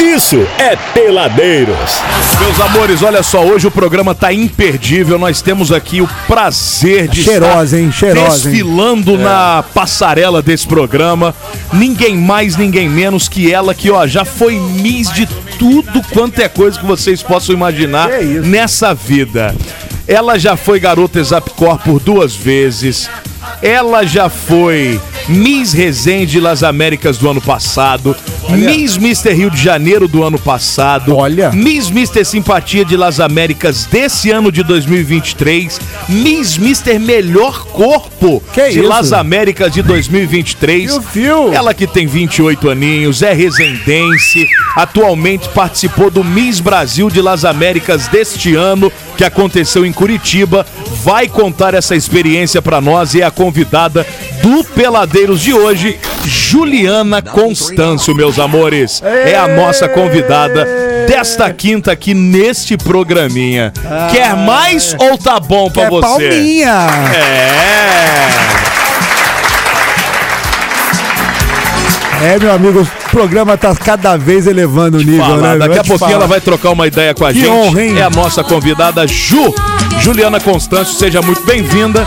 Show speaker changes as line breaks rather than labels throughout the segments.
isso é Peladeiros.
Meus amores, olha só, hoje o programa tá imperdível. Nós temos aqui o prazer de
Cheirosa,
estar
hein? Cheirosa, hein? É.
desfilando na passarela desse programa. Ninguém mais, ninguém menos que ela que, ó, já foi Miss de tudo quanto é coisa que vocês possam imaginar
Que isso.
nessa vida. Ela já foi garota Zapcor por duas vezes. Ela já foi Miss Resende Las Américas do ano passado, Miss Mister Rio de Janeiro do ano passado,
Olha.
Miss Mister Simpatia de Las Américas desse ano de 2023, Miss Mister Melhor Corpo
Que
de
isso?
Las Américas de 2023.
Fio, fio.
Ela que tem 28 aninhos, é resendense, atualmente participou do Miss Brasil de Las Américas deste ano, que aconteceu em Curitiba. Vai contar essa experiência pra nós e é a convidada do Peladeiros de hoje, Juliana Constâncio, meus amores. É a nossa convidada desta quinta aqui neste programinha. Quer mais ou tá bom pra
É
você?
palminha.
É.
É, meu amigo, o programa tá cada vez elevando o nível,
falar.
né?
Daqui a pouquinho ela vai trocar uma ideia com a gente.
honra, hein?
É a nossa convidada Ju, Juliana Constâncio, seja muito bem-vinda.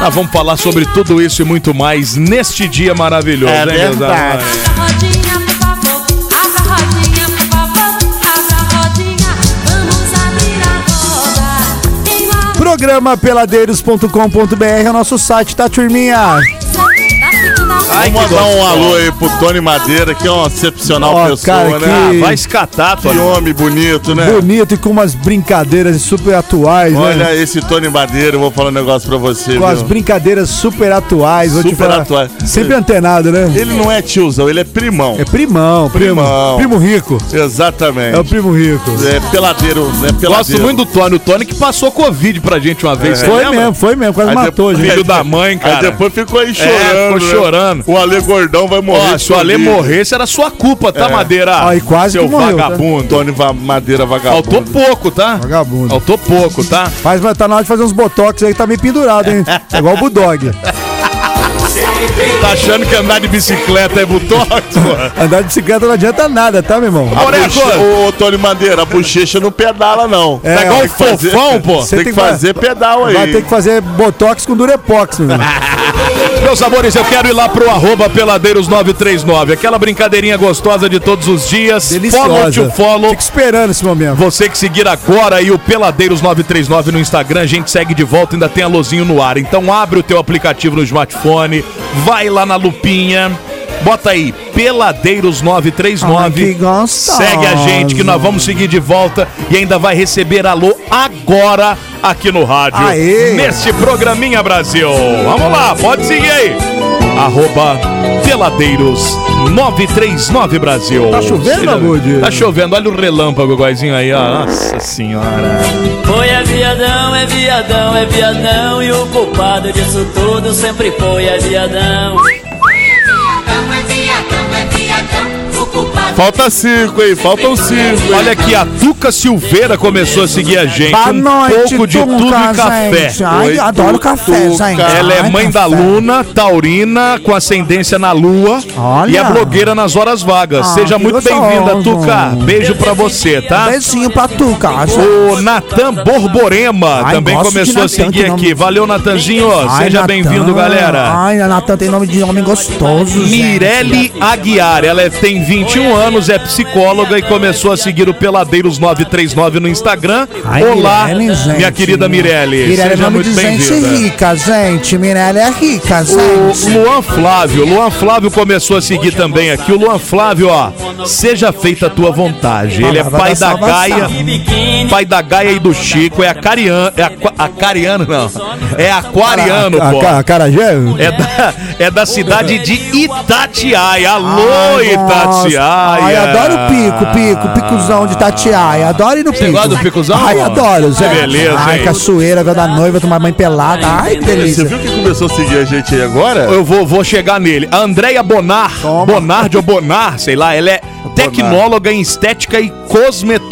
Nós vamos falar sobre tudo isso e muito mais neste dia maravilhoso,
É
hein, meus
verdade.
amores?
Assa rodinha, por favor. Assa rodinha, por favor. Assa rodinha, vamos abrir a roda. Tem uma
Programa peladeiros.com.br é o nosso site, tá, turminha?
missa na segunda-feira.
Vamos
que
mandar um
gostoso.
alô aí pro Tony Madeira, que é uma excepcional
Ó,
pessoa,
cara,
né?
que-
Ah,
Vai escatar,
Que
Tony.
homem bonito, né?
Bonito e com umas brincadeiras super atuais, né?
Olha esse Tony Madeira, eu vou falar um negócio pra você,
Com as
viu?
brincadeiras super atuais, vou te
Super
falar.
atuais.
Sempre antenado, né?
Ele não é tiozão, ele é primão.
É primão, primo.
Primão.
Primo rico.
Exatamente.
É o primo rico.
É peladeiro, né? Peladeiro.
Gosto muito do Tony. O Tony que passou Covid pra gente uma vez.
É.
você
Foi
lembra?
mesmo, foi mesmo, quase
Aí
matou,
depois-
gente.
Filho da mãe,
Aí
cara. É,
depois ficou aí
ficou
chorando. né?
chorando.
O Ale Gordão vai morrer.
Ó, se o Ale né?
comigo.
morresse, era sua culpa, tá,
É.
Madeira?
Aí quase
Seu
que morreu, tá?
vagabundo.
Tony Va- Madeira vagabundo.
Faltou pouco, tá?
Vagabundo.
Faltou pouco, tá?
Faz, mas tá na hora de fazer uns botox aí que tá meio pendurado, hein? É igual o Bulldog.
Tá achando que andar de bicicleta é botox, mano?
Andar de bicicleta não adianta nada, tá, meu irmão?
A
Moreco!
boche- Ô, ô, Tony Madeira, a bochecha não pedala, não.
É,
Tá igual
tem
um fofão, pô.
Você
Tem
tem
que
que vai-
fazer pedal aí.
Vai ter que fazer botox com durepox, meu irmão.
Meus amores, eu quero ir lá pro arroba peladeiros939. Aquela brincadeirinha gostosa de todos os dias. Follow
Deliciosa.
to follow.
Fico esperando esse momento.
Você que seguir agora aí o Peladeiros939 no Instagram, a gente segue de volta, ainda tem a luzinho no ar. Então abre o teu aplicativo no smartphone, vai lá na lupinha, bota aí
Ai, que
Peladeiros939.
gostosa.
segue a gente que nós vamos seguir de volta e ainda vai receber alô agora aqui no rádio.
Aê!
Neste programinha Brasil. Vamos lá, pode seguir aí. Arroba Peladeiros939 Brasil.
Tá chovendo, Abud?
Tá chovendo, olha o relâmpago, Góizinho aí, ó. Nossa senhora.
Foi é viadão, é viadão, é viadão E o culpado disso tudo sempre foi é viadão
Cama de Adão, é de Adão, o culpado
Falta cinco, hein? Faltam cinco.
Olha aqui, a Tuca Silveira começou a seguir a gente.
Boa
um
noite,
pouco de
Tuca,
tudo e café.
gente. Ai,
Oi,
adoro
Tuca.
café, gente.
Ela é
Ai,
mãe da
café.
Luna, taurina, com ascendência na lua
Olha.
e é blogueira nas horas vagas.
Ah,
Seja
que
muito
gostoso.
bem-vinda, Tuca. Beijo pra você, tá?
Um Beijinho pra tu, cara.
O Natan Borborema
Ai,
também
gosto de
começou a
Natan,
seguir
que nome-
aqui. Valeu, Natanzinho.
Ai,
Seja
Natan.
bem-vindo, galera.
Ai, a Natan tem nome de homem gostoso, gente.
Mirelle Aguiar, ela é- tem 21 anos, é psicóloga e começou a seguir o Peladeiros 939 no Instagram.
Ai,
Olá,
Mirelle, gente.
minha querida Mirelle.
Mirelle é
seja
nome
muito
de gente
bem-vinda.
rica, gente. Mirelle é rica,
O
gente.
Luan Flávio, Luan Flávio começou a seguir também aqui. O Luan Flávio, ó, seja feita a tua vontade. Ele é
Palavra
pai
da
da Gaia,
salvação.
Biquíni
pai da Gaia e do Chico, é acariano, é aqua- acariano não, é aquariano,
a,
pô.
a, a Carajé?
É da, é da cidade de Itatiaia. Alô,
Ai, nossa.
Itatiaia.
Ai, adoro o
ah.
pico, pico, picozão de Tatiaia. Adoro ir no pico.
gosta do picozão?
Ai, adoro,
Que
Zé.
beleza,
Ai,
hein?
caçoeira, agora da noiva, tomar banho pelada. Ai, que
Você
delícia.
viu que começou a seguir a gente aí agora?
Eu vou, vou chegar nele. A Andréia Bonar,
Toma.
Bonardi ou Bonar, sei lá, ela é tecnóloga em estética e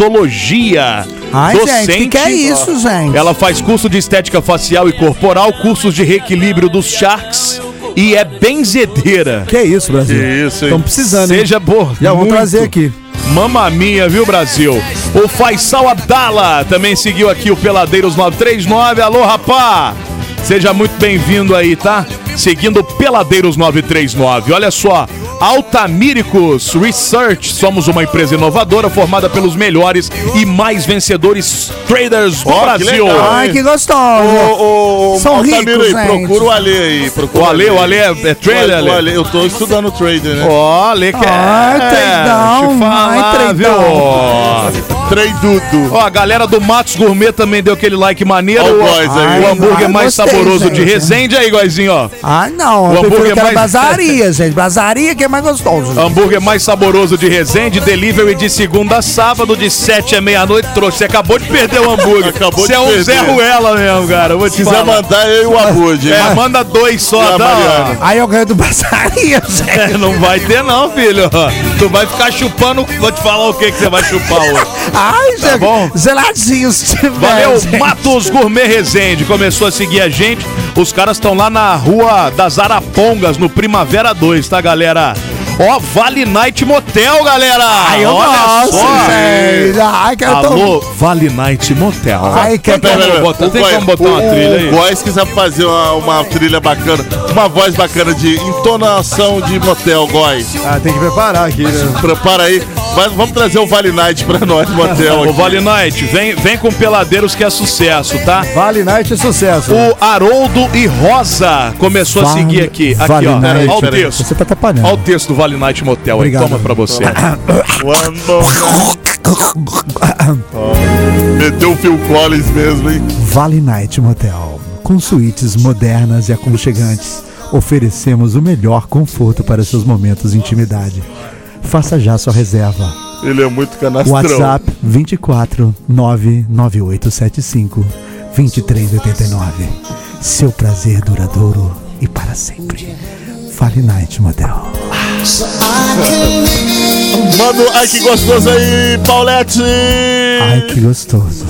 cosmetologia.
Ai, gente, que que é isso, gente?
Ela faz curso de estética facial e corporal, cursos de reequilíbrio dos Sharks e é benzedeira.
Que é isso, Brasil.
Que isso, hein?
Estamos precisando, hein?
Seja boa.
Já vamos
muito.
trazer aqui.
Mamaminha, viu, Brasil? O Faisal Abdala também seguiu aqui o Peladeiros 939. Alô, rapá! Seja muito bem-vindo aí, tá? Seguindo o Peladeiros 939. Olha só, Altamíricos Research. Somos uma empresa inovadora formada pelos melhores e mais vencedores traders do
Ó, que
Brasil.
legal, hein?
Ai, que gostoso.
Ô, ô,
São
Altamiro
ricos,
aí,
gente.
procura o Ale aí. Procura
O Ale, o Ale é, é trader,
O
Ale?
Ale, eu tô estudando trader, né?
Olha que é,
Ai, treidão,
deixa eu falar,
ai, treidão.
viu?
Treidudo.
Ó, a galera do Matos Gourmet também deu aquele like maneiro.
Ó o
O-
Góis aí. Tá.
o hambúrguer
Ai,
mais
gostei,
saboroso
gente.
de Resende aí, Goizinho, ó.
Ah, não.
O
Eu prefiro
hambúrguer
aquela
mais-
brasaria, gente. Brasaria que é mais gostoso. gente.
Hambúrguer mais saboroso de Resende, delivery de segunda a sábado, de sete à meia-noite. Trouxe, você acabou de perder o hambúrguer.
Acabou
você
de
é um
perder.
Zé Ruela mesmo, cara. eu Vou te
Se quiser
falar.
mandar, eu e o Abude.
É, manda dois só,
E a
tá?
Mariana.
Aí eu ganho do brasaria, gente.
É, não vai ter não, filho. Tu vai ficar chupando... Vou te falar o que que você vai chupar hoje.
Ai, gente.
Tá bom.
Zeladinho, se tiver.
Valeu,
gente.
Matos Gourmet Resende. Começou a seguir a gente. Os caras estão lá na rua das Arapongas, no Primavera 2, tá, galera? Ó, Vale Night Motel, galera!
Ai, eu
Olha
gosto,
só!
gente. Ai, que eu tô...
Alô, Vale Night Motel.
Ai, que eu tô...
Pera, pera, pera. um Tem como botar uma trilha aí?
O Góis quiser fazer uma, uma trilha bacana, uma voz bacana de entonação de motel, Góis.
Ah, tem que preparar aqui, né?
Prepara aí. Vai- vamos trazer o Vale Night pra nós, motel.
Ô,
aqui.
Vale Night, vem, vem com Peladeiros que é sucesso, tá?
Vale Night é sucesso.
O Haroldo e Rosa começou a
Vale-
seguir aqui. Aqui,
Vale
ó.
Night.
Ó o
Peraí,
texto.
Você tá atrapalhando.
Ó o texto do Vale Night Motel
Obrigado.
aí. Toma pra você.
One more night. Meteu o Phil Collins mesmo, hein?
Vale Night Motel. Com suítes modernas e aconchegantes, oferecemos o melhor conforto para seus momentos de intimidade. Faça já sua reserva.
Ele é muito canastrão.
WhatsApp 24 99875 2389. Seu prazer duradouro e para sempre. Vale Night Motel.
Manda o- ai que gostoso aí, Paulette!
Ai, que gostoso.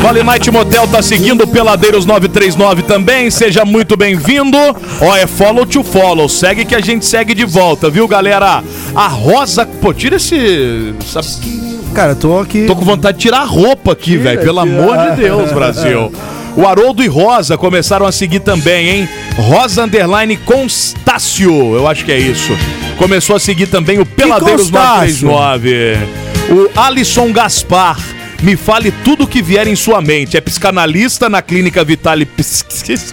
Vale Night Motel tá seguindo o Peladeiros 939 também, seja muito bem-vindo. Ó, é follow to follow, segue que a gente segue de volta, viu, galera? A Rosa, pô, tira esse... essa-
Cara, eu tô aqui.
Tô com vontade de tirar a roupa aqui, velho, pelo amor de Deus, Brasil. O Haroldo e Rosa começaram a seguir também, hein? Rosa Underline Constácio, eu acho que é isso. Começou a seguir também o Peladeiros
Constácio?
939. O Alisson Gaspar. Me fale tudo o que vier em sua mente. É psicanalista na Clínica Vitale Psiquis-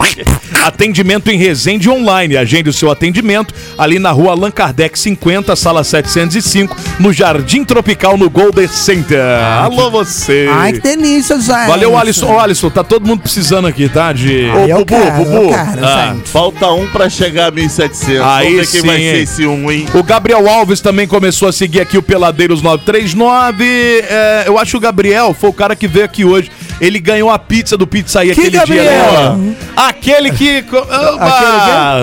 Atendimento em Resende Online. Agende o seu atendimento ali na rua Allan Kardec 50, sala 705, no Jardim Tropical, no Golden Center. Alô, você!
Ai, que delícia, é gente.
Valeu, Alisson. Ô, Alisson, tá todo mundo precisando aqui, tá? De...
Ô,
eu
Bubu,
quero, eu
Bubu.
quero,
Ah,
gente.
falta um pra chegar a 1700.
Aí
Vamos ver quem
sim,
vai
hein?
ser esse um, hein?
O Gabriel Alves também começou a seguir aqui o Peladeiros 939. É, eu acho que o Gabriel foi o cara que veio aqui hoje. Ele ganhou a pizza do Pizzaí aquele
Gabriel?
dia. né? Aquele que. co- Opa!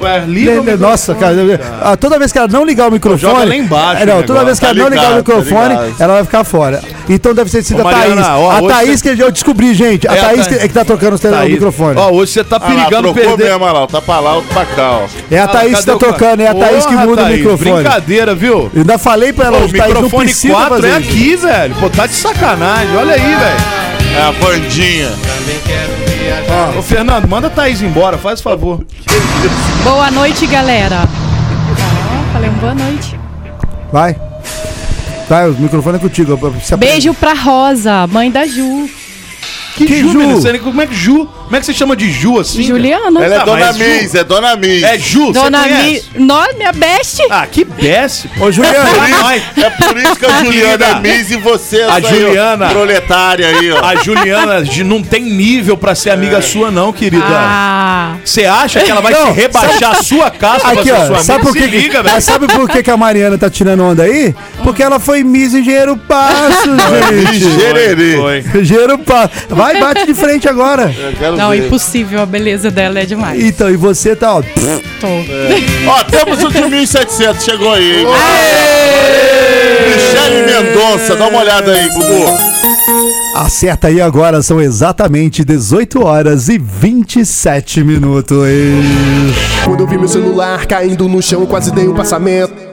Ué, liga o
Lembra- Nossa, cara, ah, toda vez que ela não ligar o microfone.
Joga lá embaixo
É, não,
o
toda
negócio.
vez que ela
Tá
não ligar o
ligado, tá
microfone,
ligado.
ela vai ficar fora. Então deve ter sido
Ô,
a
Mariana,
Thaís.
ó,
a
hoje
Thaís que eu descobri, gente. A
É, a
Thaís
Thaís.
que, é que tá trocando os tele-
Tá
o
aí.
microfone.
Ó, hoje você tá
Ah, lá,
perigando
trocou
perder.
mesmo, olha lá. Tá pra lá, outro pra cá, ó.
é a
Ah,
Thaís que
cadê
tá
o cara?
trocando, é a Thaís que
Porra,
muda
Thaís,
o microfone.
Brincadeira, viu?
Eu ainda falei pra ela,
Pô, o
hoje, Thaís, não
microfone
precisa
4
fazer
é
isso.
aqui, velho. Pô, tá de sacanagem. Olha aí, velho.
É a Vandinha.
Ô, Fernando, manda a Thaís embora, faz favor.
Boa noite, galera. Ó, Falei um boa noite.
Vai. Tá, o microfone é contigo. eu- eu- se apre-
Beijo pra Rosa, mãe da Ju.
Que,
Que
Ju,
Ju?
menino? Você- Como é que Ju? Como é que você chama de Ju assim?
Juliana.
Ela é
Ah,
Dona
mas Ju-
Miss, é Dona Miss.
É Ju,
Dona
você
Mi.
conhece?
Nó, minha best.
Ah, que desce, pô.
Ô, Juliana.
É por isso que a Juliana é
Querida,
Miss e você
a
é essa aí, ó,
Juliana-
proletária aí, ó.
A Juliana de- não tem nível pra ser amiga sua, não, querida.
Ah,
Você acha que ela vai
É. Não,
te rebaixar a sua casa pra
Aqui,
ser sua
ó, sabe por,
Se
que, que-
liga,
mas
velho.
sabe por que, que a Mariana tá tirando onda aí? Porque ela foi Miss Engenheiro Passo,
é
gente.
É Gererê.
Foi.
Engenheiro Passo. Vai, bate de frente agora.
Eu quero
não,
ver.
impossível. A beleza dela é demais.
Então, e você tá, ó.
Tô.
Ó, temos o de 1700, chegou aí, hein? Michele Mendonça, dá uma olhada aí, Gugu.
Acerta aí agora, são exatamente 18 horas e 27 minutos.
Quando eu vi meu celular caindo no chão, quase dei um passamento.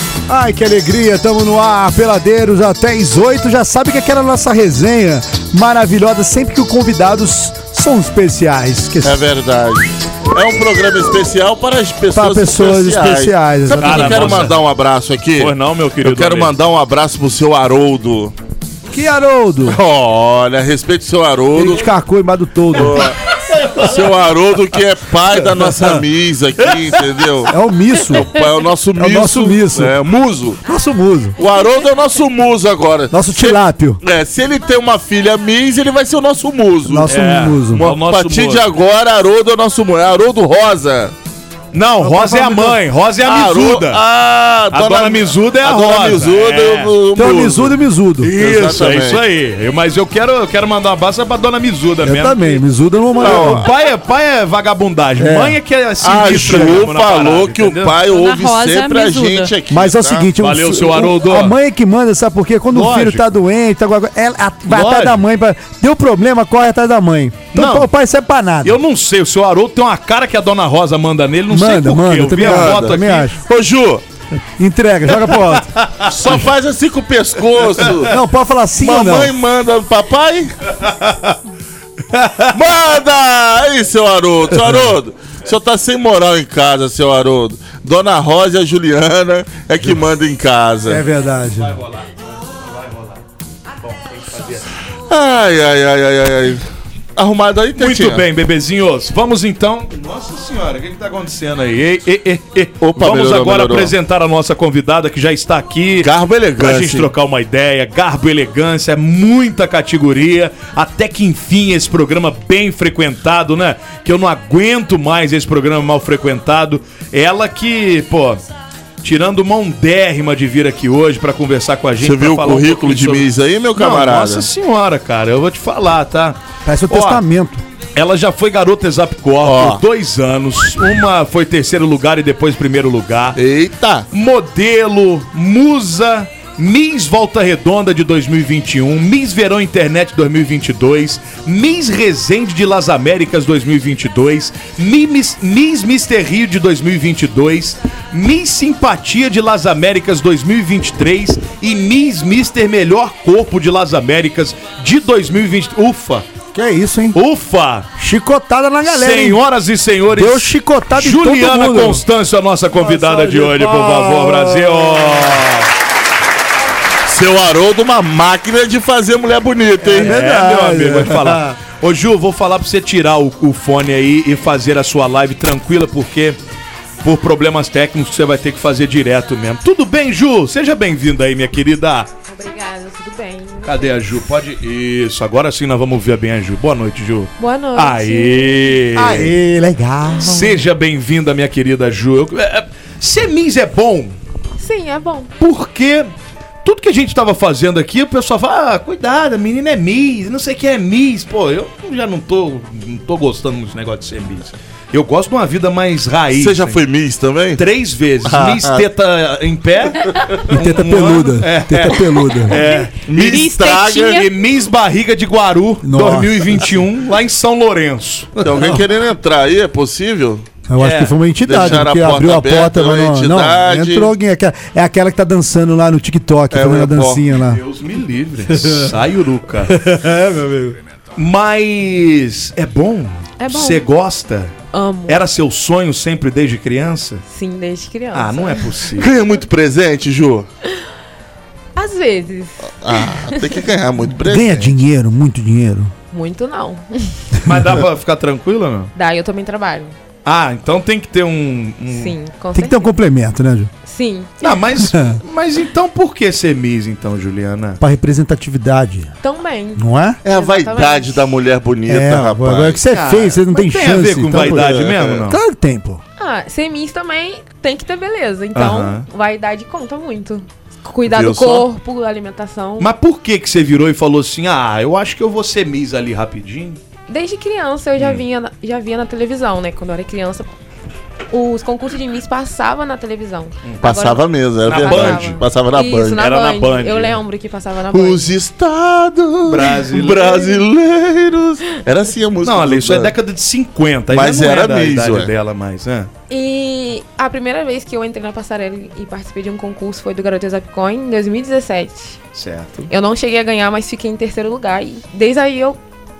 Ai, que alegria, tamo no ar, peladeiros até às 8. Já sabe que é aquela nossa resenha maravilhosa, sempre que os convidados são especiais. Que
É verdade. É um programa especial para as pessoas,
Para pessoas especiais,
Sabe por que eu
exatamente.
quero
Cara,
mandar um abraço aqui?
Pois não, meu querido
Eu quero
amigo.
mandar um abraço pro seu Haroldo.
que Haroldo?
Olha, respeito o seu
Ele
Haroldo.
descarcou em do todo.
O seu Haroldo que é pai da nossa Miss aqui, entendeu?
É o misso.
É o nosso
É o
miso.
nosso miso.
É, muso.
Nosso muso.
O Haroldo é o nosso muso agora.
Nosso tilápio.
É, se ele tem uma filha Miss, ele vai ser o nosso muso.
Nosso
É.
muso.
Mo- É o
a
nosso
partir
muso.
de agora, Haroldo é o nosso muso. É Haroldo Rosa.
Não, Rosa é a mãe, Rosa é a
Haroldo-
misuda.
Ah,
A dona Mizuda é a
dona
Rosa.
Mizuda
É.
e o, o
Então,
muso.
misudo e misudo.
Isso, é
Exatamente.
isso aí. Eu- mas eu quero, eu quero mandar uma abraça pra dona Mizuda
Eu
mesmo.
também, misudo eu não vou mandar.
Não,
não.
Pai é, pai é vagabundagem,
É.
mãe é que é
A
sinistra
Ju
mesmo na parada,
falou que o
entendeu?
pai
Dona
ouve
Rosa é
sempre a
Mizuda.
gente aqui.
Mas é o
tá?
seguinte, o-
Valeu, seu
o-
Haroldo.
a mãe é que manda, sabe por quê? Quando o filho
Lógico.
tá doente, tá, com alguma- ela a- vai atrás
Lógico.
da mãe. Pra, deu problema, corre atrás da mãe. Então
Não.
o pai serve pra nada.
Eu não sei, o seu Haroldo tem uma cara que a dona Rosa manda nele, não sei
Manda,
porquê.
manda,
eu vi
também
a
acho,
foto
também
aqui.
acho.
Ô, Ju,
Entrega, joga pro alto.
só faz assim com o pescoço.
Não, pode falar sim ou não.
Mamãe manda no papai? manda! Aí, seu Haroldo. Seu Haroldo, o senhor tá sem moral em casa, seu Haroldo. Dona Rosa e a Juliana é que manda em
É
casa.
verdade.
Ai, ai, ai, ai, ai, ai. Arrumado aí,
Muito
Tetinha?
bem, bebezinhos. Vamos então. Nossa senhora, o que, que tá acontecendo aí? Ei, ei, ei, ei.
Opa,
Vamos
melhorou,
agora
melhorou.
apresentar a nossa convidada que já está aqui.
Garbo e
Pra
elegância.
gente
hein?
trocar uma ideia, garbo, elegância, muita categoria. Até que enfim esse programa bem frequentado, né? Que eu não aguento mais esse programa mal frequentado. Ela que, pô, tirando mão dérrima de vir aqui hoje pra conversar com a gente.
Você
pra
viu o
falar um
currículo
pouquinho
de
sobre-
Miss aí, meu
Não,
camarada?
nossa senhora, cara, eu vou te falar, tá?
Parece o
Ó,
testamento.
ela já foi garota Zapcor
Ó.
por dois anos. Uma foi terceiro lugar e depois primeiro lugar.
Eita!
Modelo, musa, Miss Volta Redonda de 2021, Miss Verão Internet 2022, Miss Resende de Las Américas 2022, Miss, Miss Mister Rio de 2022, Miss Simpatia de Las Américas 2023 e Miss Mister Melhor Corpo de Las Américas de 2020. Ufa!
Que é isso, hein?
Ufa!
Chicotada na galera, hein?
Senhoras e senhores,
Deu chicotada em todo
Juliana
mundo.
Constâncio, a nossa convidada
Nossa,
de hoje, por favor, Brasil.
Seu Haroldo, uma máquina de fazer mulher bonita, hein?
É, meu
Verdade.
amigo, vou te falar. Ô, Ju, vou falar pra você tirar o, o fone aí e fazer a sua live tranquila, porque por problemas técnicos você vai ter que fazer direto mesmo. Tudo bem, Ju? Seja bem-vinda aí, minha querida.
Obrigada, tudo bem.
Cadê a Ju? Pode. Isso, agora sim nós vamos ver bem a Ju. Boa noite, Ju.
Boa noite.
Aê!
Aê, legal.
Seja bem-vinda, minha querida Ju. Eu, é, é, ser Miss é bom
Sim, é bom.
porque tudo que a gente tava fazendo aqui, o pessoal fala, ah, cuidado, a menina é Miss, não sei o que é Miss. Pô, eu já não tô, não tô gostando muito desse negócio de ser Miss. Eu gosto de uma vida mais raiz. Ah,
Você já
né?
foi Miss também?
Três vezes. Miss teta em pé.
E teta peluda.
É.
Teta peluda.
É.
Miss Traga.
Tetinha.
E Miss Barriga de Guaru,
Nossa.
2021, lá em São Lourenço.
Tem alguém querendo entrar aí, é possível?
Eu acho
É.
que foi uma entidade
Deixaram a
que
porta
abriu a
aberta,
porta,
uma
mas não, não.
entidade.
Entrou alguém. É aquela, é aquela que tá dançando lá no TikTok,
É,
fazendo
o
a dancinha lá.
Deus me livre. Sayuruca.
É, meu amigo.
Mas é bom?
É bom.
Você gosta?
Amo.
Era seu sonho sempre desde criança?
Sim, desde criança.
Ah, não é possível.
Ganha muito presente, Ju?
Às vezes.
Ah, tem que ganhar muito presente.
Ganha dinheiro, muito dinheiro.
Muito não.
Mas dá pra ficar tranquila, não?
Daí eu também trabalho.
Ah, então tem que ter um. um-
Sim, com
Tem que ter um complemento, né, Ju?
certeza. Sim.
Ah, mas, mas então por que ser Miss, então, Juliana?
Pra representatividade,
Também.
não é?
É a vaidade da mulher bonita,
é,
rapaz.
agora que você é
Cara,
feio, você não
mas
tem,
tem a
chance. então, tá
ver com vaidade mesmo, não?
Claro que tem, pô.
Ah, ser Miss também tem que ter beleza. Então,
Aham.
vaidade conta muito. Cuidar
Viu
do
só?
corpo, alimentação.
Mas por que que você virou e falou assim, ah, eu acho que eu vou ser Miss ali rapidinho?
Desde criança eu já, vinha na- já via na televisão, né? Quando eu era criança, os concursos de Miss passavam na televisão.
Passava mesmo, era
Na
verdade.
Band.
Passava na
Isso,
Band.
na
Era na
Band.
Band.
Eu lembro que passava na Band.
Os estados
Brasileiros.
brasileiros. Era assim a música.
Não,
do
Ale, isso é
Band.
década de 50. aí
Mas
já não é
era
da
Miss,
idade
ué.
dela mais, né?
E a primeira vez que eu entrei na passarela e participei de um concurso foi do Garoto Zapcoin em 2017.
Certo.
Eu não cheguei a ganhar, mas fiquei em terceiro lugar. E desde aí eu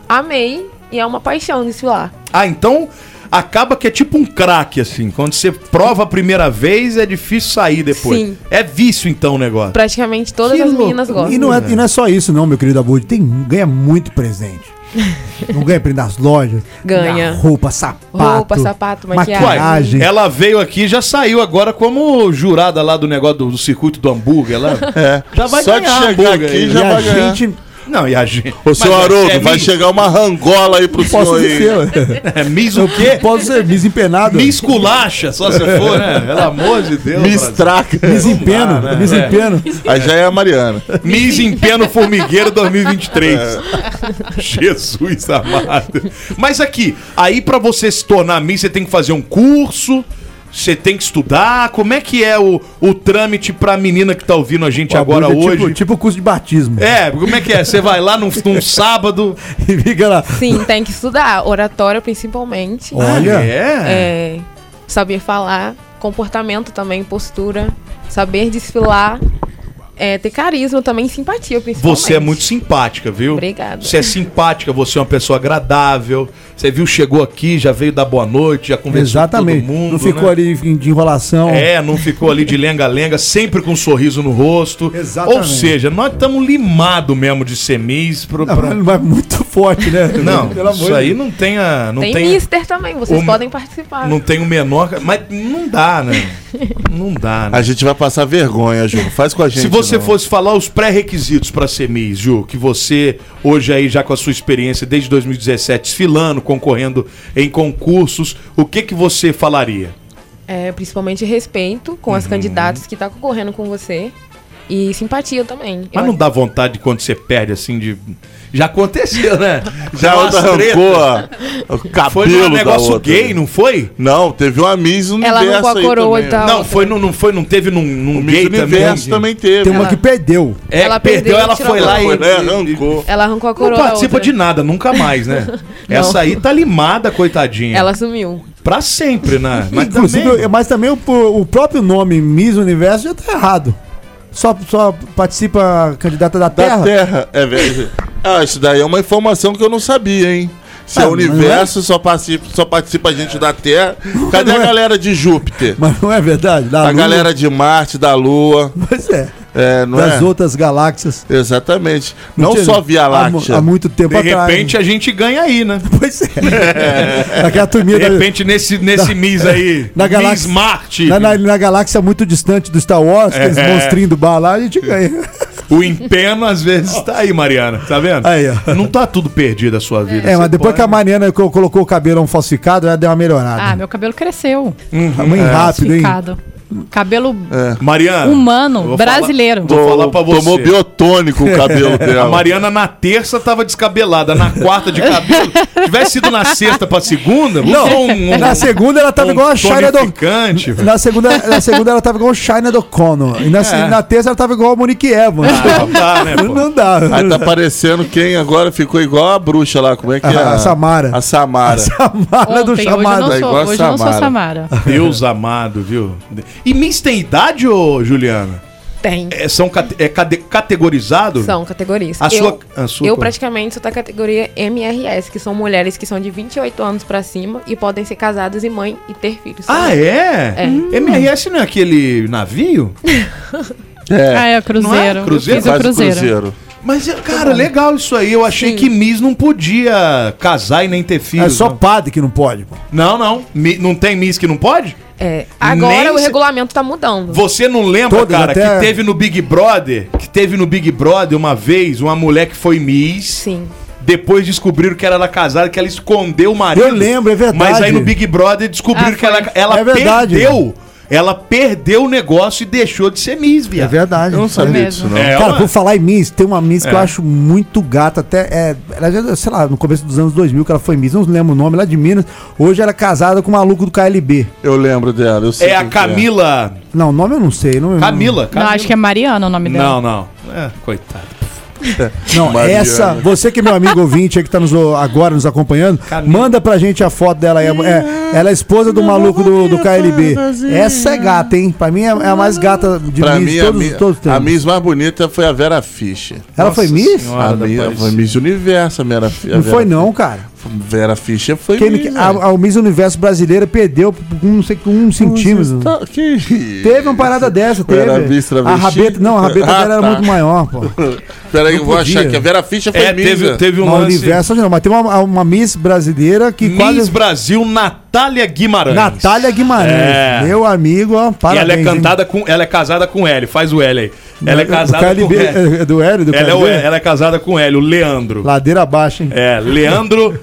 amei e é uma paixão desfilar.
Ah, então acaba que é tipo um crack, assim. Quando você prova a primeira vez, é difícil sair depois.
Sim.
É vício, então, o negócio.
Praticamente todas
Que
as
louco.
meninas gostam.
E não, é, e não é só isso, não, meu querido Abud. Tem, ganha muito presente. não ganha presente nas lojas.
Ganha.
Na roupa, sapato.
Roupa, sapato, maquiagem.
Uai,
maquiagem.
ela veio aqui e já saiu agora como jurada lá do negócio do, do circuito do hambúrguer lá.
É.
Já vai
Só
ganhar
de chegar
hambúrguer
aqui
aí.
E
já
a
vai ganhar.
gente.
Não, e a gente.
Ô, seu
Mas
Haroldo,
é
vai
Miss-
chegar uma rangola aí pro senhor
Posso
aí.
dizer.
É Miss o
Eu
quê?
posso ser desempenado.
Miss culacha, só se for, né? Pelo amor de Deus.
Me
Brasil.
estraca.
Desempeno,
né?
desempeno.
Aí já é a Mariana.
Miss em pé no formigueiro 2023. É. Jesus amado. Mas aqui, aí pra você se tornar Miss, você tem que fazer um curso, você tem que estudar. Como é que é o, o trâmite pra menina que tá ouvindo a gente agora
Abud é
hoje?
tipo- Tipo o curso de batismo.
É, como é que é? Você vai lá num, num sábado.
E fica lá.
Sim, tem que estudar. Oratória, principalmente.
Olha.
Ah, é?
É, saber falar, comportamento também, postura, saber desfilar, é, ter carisma também, simpatia, principalmente.
Você é muito simpática, viu?
Obrigada.
Você é simpática, você é uma pessoa agradável. Você viu, chegou aqui, já veio dar boa noite, já conversou
Exatamente.
com todo mundo.
não ficou
né?
ali de enrolação.
É, não ficou ali de lenga-lenga, sempre com um sorriso no rosto.
Exatamente.
Ou seja, nós estamos limados mesmo de semis pro.
Não,
pra-
mas vai muito forte, né?
Não,
Pelo amor
isso
de
aí não tem a. Não
Tem, tá?
tem,
mister também, vocês
o-
podem participar.
não tem o menor. Mas não dá, né? Não dá, né?
A gente vai passar vergonha, Ju. Faz com a gente.
Se você
não.
fosse falar os pré-requisitos para ser Miss, Ju, que você hoje aí já com a sua experiência desde 2017 desfilando, concorrendo em concursos, o que que você falaria?
É, principalmente respeito com
Uhum.
as candidatas que tá concorrendo com você. E simpatia também.
Mas
Eu
não dá vontade quando você perde assim de já aconteceu, né?
Já a
Deu
outra
umas treta.
arrancou a- o cabelo
Foi num
da
negócio
outra. né?
gay, não foi?
Não, teve uma Miss
Ela tá?
Universo
arrancou a
aí
coroa
também.
e tal.
não,
outra.
foi, não, não foi, não teve num, num
O Miss
gay também.
Universo também teve. né?
Tem uma que perdeu.
É,
Ela
perdeu,
perdeu,
ela
tirou
foi
a
lá
bola.
e,
Foi, né?
e,
Arrancou.
Ela arrancou a coroa
não
da
participa
outra.
de nada, nunca mais, né? Essa aí tá limada, coitadinha.
Ela sumiu.
Pra sempre, né? Mas
Inclusive,
também...
eu- mas também o, o próprio nome Miss Universo já tá errado. Só, só participa a candidata da
Da
Terra.
Terra. É verdade. Ah, isso daí é uma informação que eu não sabia, hein? Se
Ah,
é o
não é?
universo só, participa, só participa a gente da Terra, cadê a
Não é?
galera de Júpiter?
Mas não é verdade? Da
a
Lua.
galera de Marte, da Lua,
Pois é.
é, não
das
é?
outras galáxias.
Exatamente. Não,
tinha-
só Via
Há,
Láctea.
mu- há muito tempo
De
atrás.
repente a gente ganha aí, né?
Pois é. Aquela turminha
De
da-
repente nesse, nesse Miss aí,
na
Miss
galáxia-
Marte,
na, na- na galáxia muito distante do Star Wars, aqueles
É.
monstrinhos do bar lá, a gente ganha.
o empeno às vezes tá aí, Mariana, tá vendo?
Aí, ó.
Não tá tudo perdido a sua vida.
É,
você
mas depois
pode-
que a Mariana co- colocou o cabelão falsificado, ela deu uma
Ah,
melhorada.
meu cabelo cresceu.
Ah, Muito rápido, hein?
Ficado. Cabelo
né? Mariana, É. eu
humano,
vou falar-
brasileiro.
vou falar pra você.
Tomou biotônico o cabelo dela.
A Mariana na terça tava descabelada, na quarta de cabelo. Tivesse sido na sexta pra segunda, não. Um, um,
Na segunda ela tava
um
igual a Shina do...
tonificante, velho.
Na segunda, na segunda ela tava igual o Shina do E
É.
na, se- na terça ela tava igual a Monique Evans.
Ah, não dá, né, pô?
Não dá.
tá Aí tá parecendo quem agora ficou igual a bruxa lá, como é que é?
A Samara.
A Samara.
A mala do
Ontem,
chamado.
hoje eu não
igual a
sou, hoje eu não sou
Samara.
Samara.
Deus amado, viu? E Miss tem idade, ô Juliana?
Tem.
É, são cate- é cade- categorizado?
São categorias.
A
eu,
sua- a sua-
eu praticamente sou da categoria MRS, que são mulheres que são de 28 anos pra cima e podem ser casadas e mãe e ter filhos.
Ah,
também.
é?
É.
MRS não é aquele navio?
É.
Ah, é cruzeiro.
Não é? Cruzeiro?
Eu fiz o
Faz o
cruzeiro.
Cruzeiro.
Mas,
Tá
cara, legal isso aí. Eu achei que Miss não podia casar e nem ter filhos.
É só
não.
padre que não pode, pô.
Não, não. Mi- não tem Miss que não pode?
É. Agora
Nem
o
se-
regulamento tá mudando.
Você não lembra,
Todas,
cara,
até-
que teve no Big Brother, que teve no Big Brother uma vez uma mulher que foi Miss.
Sim.
Depois descobriram que ela era casada, que ela escondeu o marido.
Eu lembro, é verdade.
Mas aí no Big Brother descobriram
Ah,
que ela,
foi.
ela
É verdade.
perdeu. Ela perdeu o negócio e deixou de ser Miss,
É
viado.
verdade.
Eu não sabia
mesmo.
disso, não.
É,
Cara,
ué.
por falar em Miss, tem uma Miss que
É.
eu acho muito gata, até, é, ela já- sei lá, no começo dos anos 2000 que ela foi Miss, não lembro o nome, lá de Minas. Hoje ela é casada com o maluco do KLB.
Eu lembro dela. Eu sei
É a
quem que
Camila.
Não, o nome eu não sei. Não,
Camila,
Não,
Camila.
acho que é Mariana o nome dela.
Não, não. É, coitado.
Não,
Mariana.
essa, você que é meu amigo ouvinte aí que tá nos, agora nos acompanhando, manda pra gente a foto dela aí. É, ela é esposa do maluco do, do KLB. Essa é gata, hein? Pra mim é, é a mais gata de
Pra
Miss
mim,
todos,
a, mi-
todos os
a
tempos.
Miss mais bonita foi a Vera Fischer.
Ela foi Miss?
Senhora.
A
da
minha
paz.
foi Miss Universo, a Vera Fischer.
Não foi não, cara.
Vera Fischer foi
Quem- Ah,
Miss,
a,
velho.
a Miss Universo brasileira perdeu por um, não sei que um centímetro.
Tá, que isso?
Teve um uma parada dessa, teve.
Era Miss
a
travesti?
rabeta, não, a rabeta
Ah,
dela era
tá.
muito maior, pô.
Peraí, eu
Não
vou
podia.
achar que a Vera Fischer foi
É,
Miss.
teve,
velho.
teve um
Uma
lance.
universo, não, mas tem uma, uma Miss brasileira que
Miss
quase.
Brasil Natália Guimarães.
Natália Guimarães.
É.
Meu amigo, ó,
E
parabéns.
ela é
hein?
cantada com. Ela é casada com L, faz o L aí. Ela é
Do
casada com
KLB,
L.
é do Hélio, do
Ela é, o
KLB?
L, ela é casada com L, o Leandro.
Ladeira abaixo, hein?
É, Leandro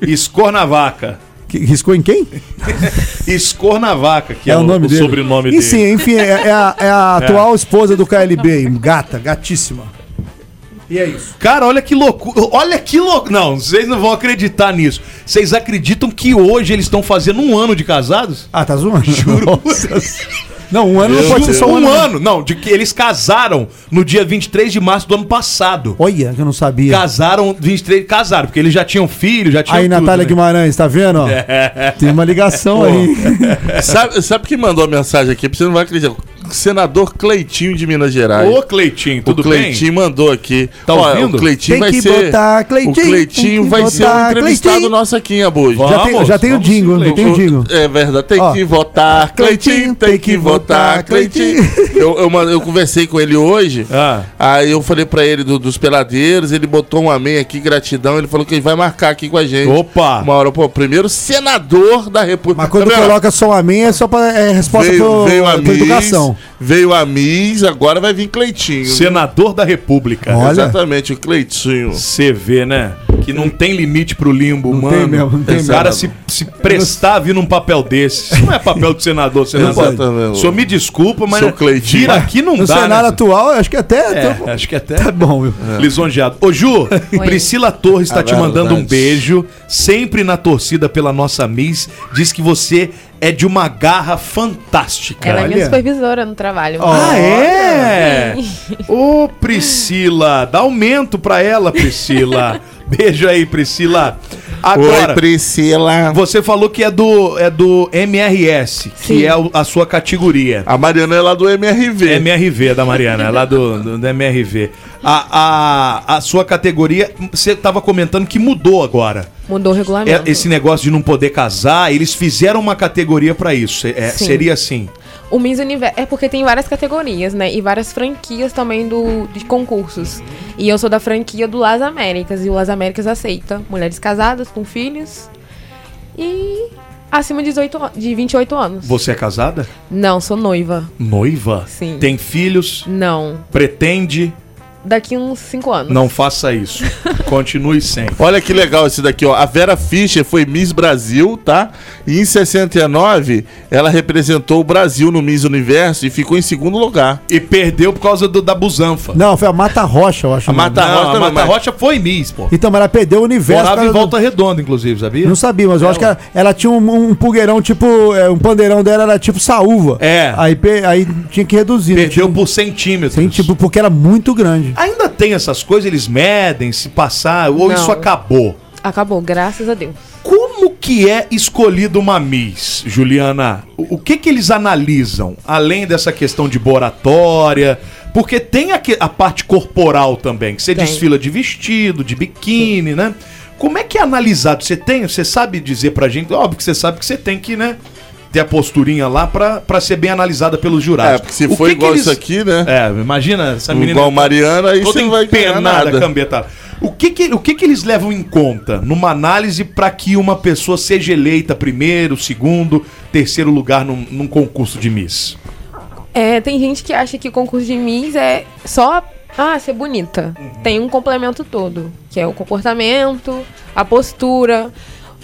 Escornavaca.
Que, riscou em quem?
Escornavaca, que é, o, o sobrenome
e
dele.
sim, enfim, é, é a, é a atual esposa do KLB, aí, gata, gatíssima. E é isso.
Cara, olha que loucura. Olha que loucura. Não, vocês não vão acreditar nisso. Vocês acreditam que hoje eles estão fazendo um ano de casados?
Ah, tá zoando? Juro. Não, um ano não
Ju-
pode ser só um, ano. não.
Não, de que eles casaram no dia 23 de março do ano passado.
Olha, que eu não sabia.
Casaram, 23, casaram, porque eles já tinham filho, já tinham
aí,
tudo,
Natália
né?
Guimarães, tá vendo? ó? Tem uma ligação aí.
Sabe, sabe quem mandou a mensagem aqui? Porque Você não vai acreditar. O Senador Cleitinho de Minas Gerais.
Ô, Cleitinho, tudo
o Cleitinho mandou aqui.
Tá ouvindo?
O Cleitinho
Tem
vai
que
ser.
botar Cleitinho,
o Cleitinho
tem que
vai ser o
botar
entrevistado
Cleitinho.
nosso aqui em Abuja.
Vamos,
já tem, já tem o
vamos sim,
Dingo, não tem o Dingo.
É verdade, tem
Ó.
que votar, Cleitinho, tem que votar, Cleitinho. Eu, eu, mand- eu conversei com ele hoje,
Ah.
aí eu falei pra ele do- dos peladeiros, ele botou um amém aqui, gratidão, ele falou que ele vai marcar aqui com a gente.
Opa!
Uma hora, pô, primeiro senador da República.
Mas quando
Tá vendo?
coloca só a minha, é só pra, é resposta
veio,
pro,
veio a
pra
Miss,
educação.
veio a Miss, agora vai vir Cleitinho.
Senador da República.
Olha.
Exatamente, o Cleitinho.
Você vê, né? Que não tem limite pro limbo, mano.
tem mesmo, não tem
o cara se, se prestar a vir num papel desse. Isso não é papel de senador, senador.
Exatamente.
O senhor me desculpa, mas
Seu Cleitinho.
vir aqui não
No
dá.
cenário
né?
atual, eu acho que até.
É,
tô-
acho que até
Tá bom, viu?
É.
lisonjeado. Ô, Ju, Priscila Torres está
Ah,
te mandando um
verdade.
beijo, sempre na torcida pela nossa Miss. Diz que você é de uma garra fantástica.
Ela é minha
Olha.
supervisora no trabalho.
Ah, é? Ô, Priscila, dá aumento pra ela, Priscila. Beijo aí, Priscila. Agora,
Oi, Priscila.
você falou que é do, é do MRS,
Sim.
que é o- a sua categoria.
A Mariana é lá do MRV.
MRV é da Mariana, lá do, do, do MRV. A, a, a sua categoria, você tava comentando que mudou agora.
Mudou o
É,
regulamento.
esse negócio de não poder casar, eles fizeram uma categoria pra isso. É,
Sim.
seria assim.
O Miss Universo é porque tem várias categorias, né? E várias franquias também do, de
Uhum.
concursos. E eu sou da franquia do Las Américas. E o Las Américas aceita mulheres casadas, com filhos. E acima de, 18, an- de 28 anos.
Você é casada?
Não, sou noiva.
Noiva?
Sim.
Tem filhos?
Não.
Pretende?
Daqui uns 5 anos.
Não faça isso. Continue sem.
Olha que legal esse daqui, ó. A Vera Fischer foi Miss Brasil, tá? E em 69, ela representou o Brasil no Miss Universo e ficou em segundo lugar.
E perdeu por causa do- da busanfa.
Não, foi a Mata Rocha, eu acho.
A
o nome.
Mata
Não,
Rocha
a
também,
Mata
mas-
Rocha foi Miss, pô.
Então, mas ela perdeu o universo.
Morava em
cara,
Volta Redonda, inclusive, sabia?
Não sabia, mas eu
É,
acho que ela, ela tinha um, um pulgueirão tipo. é, Um pandeirão dela era tipo saúva.
É.
Aí, pe- aí tinha que reduzir. né?
um
Perdeu por centímetros.
Tem, tipo, porque era muito grande.
Ainda tem essas coisas, eles medem, se passar, ou
Não.
isso acabou.
Acabou, graças a Deus.
Como que é escolhido uma Miss, Juliana? O o que que eles analisam, além dessa questão de boratória? Porque tem a, que- a parte corporal também, que você
Tem.
desfila de vestido, de biquíni, né? Como é que é analisado? Você tem, você sabe dizer pra gente? Óbvio que você sabe que você tem que, né? Ter a posturinha lá pra, pra ser bem analisada pelos jurados.
É, porque se for igual isso aqui, né?
É, imagina essa menina.
Igual Mariana, aí
toda
você não vai ganhar
empenada,
nada.
cambetada. O que que, o que que eles levam em conta numa análise pra que uma pessoa seja eleita primeiro, segundo, terceiro lugar num, num concurso de Miss?
É, tem gente que acha que o concurso de Miss é só ah, ser bonita.
Uhum.
Tem um complemento todo, que é o comportamento, a postura,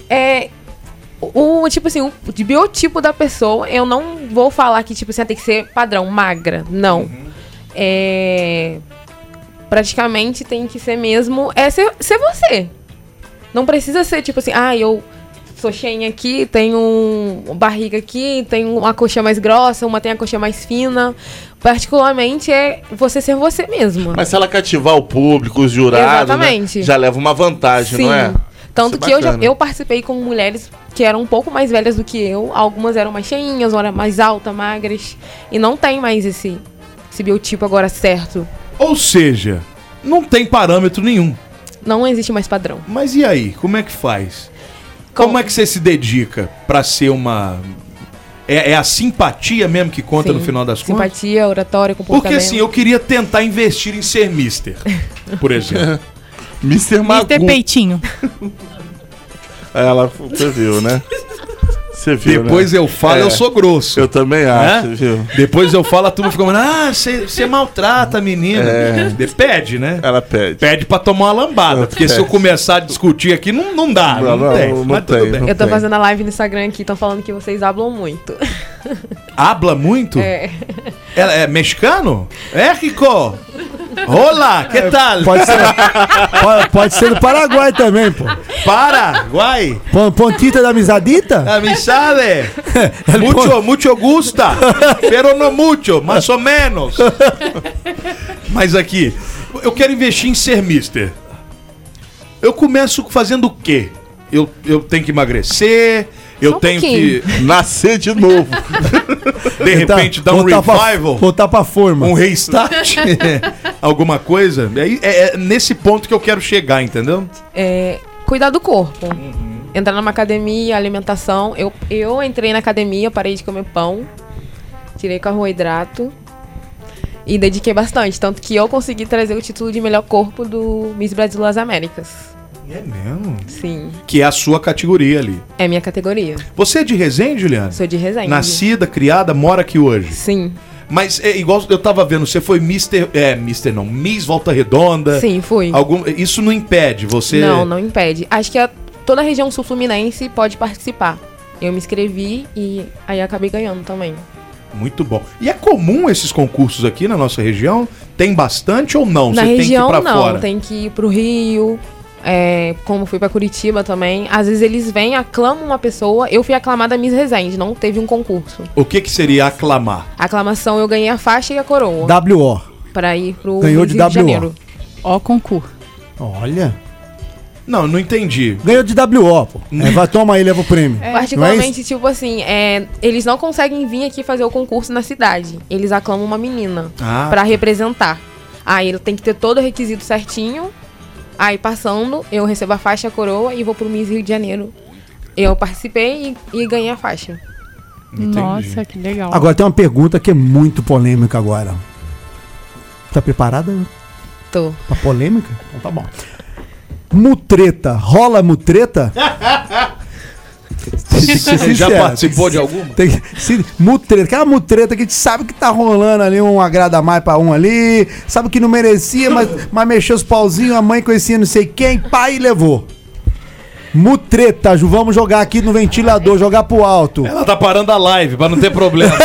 é o o- tipo assim, o de biotipo da pessoa, eu não vou falar que tipo assim, ah, tem que ser padrão magra, não. É praticamente tem que ser mesmo é ser, ser você. Não precisa ser tipo assim, ah, eu sou cheinha aqui, tenho um- barriga aqui, tenho uma coxa mais grossa, uma tem a coxa mais fina. Particularmente é você ser você mesma.
Mas se ela cativar o público, os jurados, né,
Exatamente.
já leva uma vantagem, não é?
Tanto
Isso é
que eu, já,
bacana.
eu participei com mulheres que eram um pouco mais velhas do que eu. Algumas eram mais cheinhas, outras mais altas, magras. E não tem mais esse, esse biotipo agora certo.
Ou seja, não tem parâmetro nenhum.
Não existe mais padrão.
Mas e aí, como é que faz? Como é que você se dedica pra ser uma. É, é a simpatia mesmo que conta no
Sim.
final das contas?
Simpatia, oratória, comportamento.
Porque assim, eu queria tentar investir em ser mister, por
É
exemplo.
Mr.
Ter peitinho.
Ela, você viu, né? Você viu,
Depois
né?
eu falo, eu sou grosso.
Eu também acho,
Né?
viu?
Depois eu falo, a turma fica falando, ah, você você maltrata a menina.
É.
De- Pede, né?
Ela pede.
Pede pra tomar uma lambada, porque se eu começar a discutir aqui, não, não dá, não,
É. Não, não,
tem.
não
mas tudo
tem,
bem.
não
Eu tô fazendo a live no Instagram aqui, estão falando que vocês hablam muito.
Habla muito?
É.
Ela é mexicano? É, Rico? Olá, que
É,
tal?
Pode ser, pode, pode ser do Paraguai também, pô.
Paraguai?
Pon- Pontita da
É,
Amizadita?
Amizade! Mucho, mucho gusta, pero no mucho, mais ou menos. Mas aqui, eu quero investir em ser mister. Eu começo fazendo o quê? Eu, eu tenho que emagrecer, eu
um
tenho
pouquinho.
que
nascer de novo.
de repente dar um
Tá. voltar pra-
revival,
voltar pra forma.
um restart, alguma coisa. É, é- é nesse ponto que eu quero chegar, entendeu?
É, cuidar do corpo. Entrar numa academia, alimentação. Eu, eu entrei na academia, parei de comer pão, tirei carboidrato e dediquei bastante. Tanto que eu consegui trazer o título de melhor corpo do Miss Brasil das Américas.
É mesmo?
Sim,
Que é a sua categoria ali.
é minha categoria.
Você é de Resende, Juliana?
Sou de Resende.
Nascida, criada, mora aqui hoje.
Sim.
Mas é igual eu tava vendo, você foi Mister. É, Mister não, Miss Volta Redonda.
Sim, fui.
Algum, isso não impede você.
Não, não impede. Acho que a- toda a região sul fluminense pode participar. Eu me inscrevi e aí acabei ganhando também.
Muito bom. E é comum esses concursos aqui na nossa região? Tem bastante ou não?
Na
você
região
tem que ir pra
não,
fora.
tem que ir pro Rio, é, como fui pra Curitiba também. Às vezes eles vêm, aclamam uma pessoa. Eu fui aclamada Miss Resende, não teve um concurso.
O que, que seria aclamar?
A aclamação eu ganhei a faixa e a coroa.
W.O.
Pra ir pro
Ganhou
Miss
de
Rio
WO.
Janeiro.
Ó, concurso.
Olha.
Não, não entendi.
Ganhou de W.O., pô.
Né?
É, vai, toma aí, leva o prêmio. Não é
Particularmente,
isso?
tipo assim, é, eles não conseguem vir aqui fazer o concurso na cidade. Eles aclamam uma menina
Ah,
tá.
pra representar. Aí ele tem que ter todo o requisito certinho. Aí passando, eu recebo a faixa a coroa e vou pro Miss Rio de Janeiro. Eu participei e, e ganhei a faixa.
Nossa, que legal.
Agora tem uma pergunta que é muito polêmica agora. Tá preparada?
Tô.
Pra polêmica? Então tá bom. Mutreta. Rola mutreta? Tem que ser
Você já
sincero.
participou de alguma?
Tem que- se- mutreta, aquela mutreta que a gente sabe que tá rolando ali, um agrada mais pra um ali, sabe que não merecia, mas, mas mexeu os pauzinhos, a mãe conhecia não sei quem, pai e levou. Mutreta, Ju, vamos jogar aqui no ventilador, jogar pro alto.
Ela tá parando a live pra não ter problema.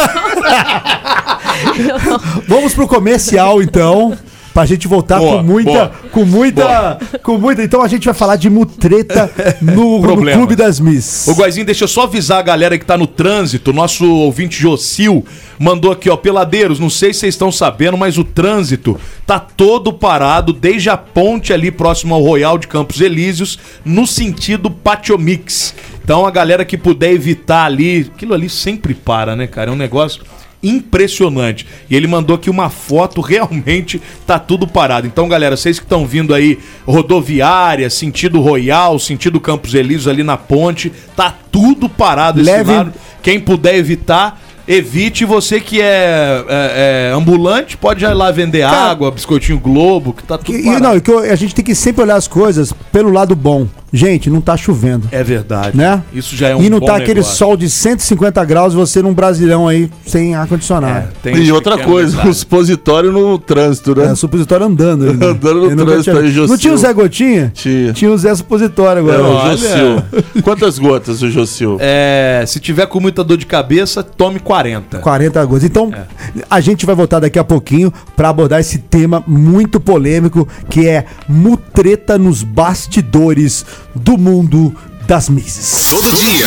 Vamos pro comercial então. Pra gente voltar
Boa,
com muita,
boa.
com muita, com muita. Então a gente vai falar de mutreta no, no
Problema.
Clube das Miss.
Ô, Guazinho, deixa eu só avisar a galera que tá no trânsito. Nosso ouvinte Jocil mandou aqui, ó. Peladeiros, não sei se vocês estão sabendo, mas o trânsito tá todo parado desde a ponte ali próximo ao Royal de Campos Elíseos, no sentido Patiomix. Então a galera que puder evitar ali, aquilo ali sempre para, né, cara? É um negócio impressionante. E ele mandou aqui uma foto, realmente tá tudo parado. Então, galera, vocês que estão vindo aí rodoviária, sentido Royal, sentido Campos Elíseos ali na ponte, tá tudo parado
Leve-
Quem puder evitar, evite. Você que é, é- é ambulante, pode ir lá vender água, biscoitinho Globo, que tá tudo
E,
parado.
não, e que eu- a gente tem que sempre olhar as coisas pelo lado bom. Gente, não tá chovendo.
É verdade.
Né?
Isso já é um
E não
bom
tá aquele
negócio.
sol de 150 graus, você num Brasilão aí sem ar-condicionado.
É, Tem
E
esse
outra
pequeno
coisa,
detalhe.
o supositório no trânsito,
É,
né?
supositório andando. ainda.
Andando no
Eu nunca
trânsito
tinha-
aí, Jocil.
Não tinha o Zé Gotinha?
Tinha.
Tinha o Zé Supositório
É,
agora.
o Jocil. Quantas gotas o Jocil?
É, se tiver com muita dor de cabeça, tome 40.
40 gols. Então, a gente vai voltar daqui a pouquinho pra abordar esse tema muito polêmico que é mutreta nos bastidores do mundo das Misses.
Todo dia.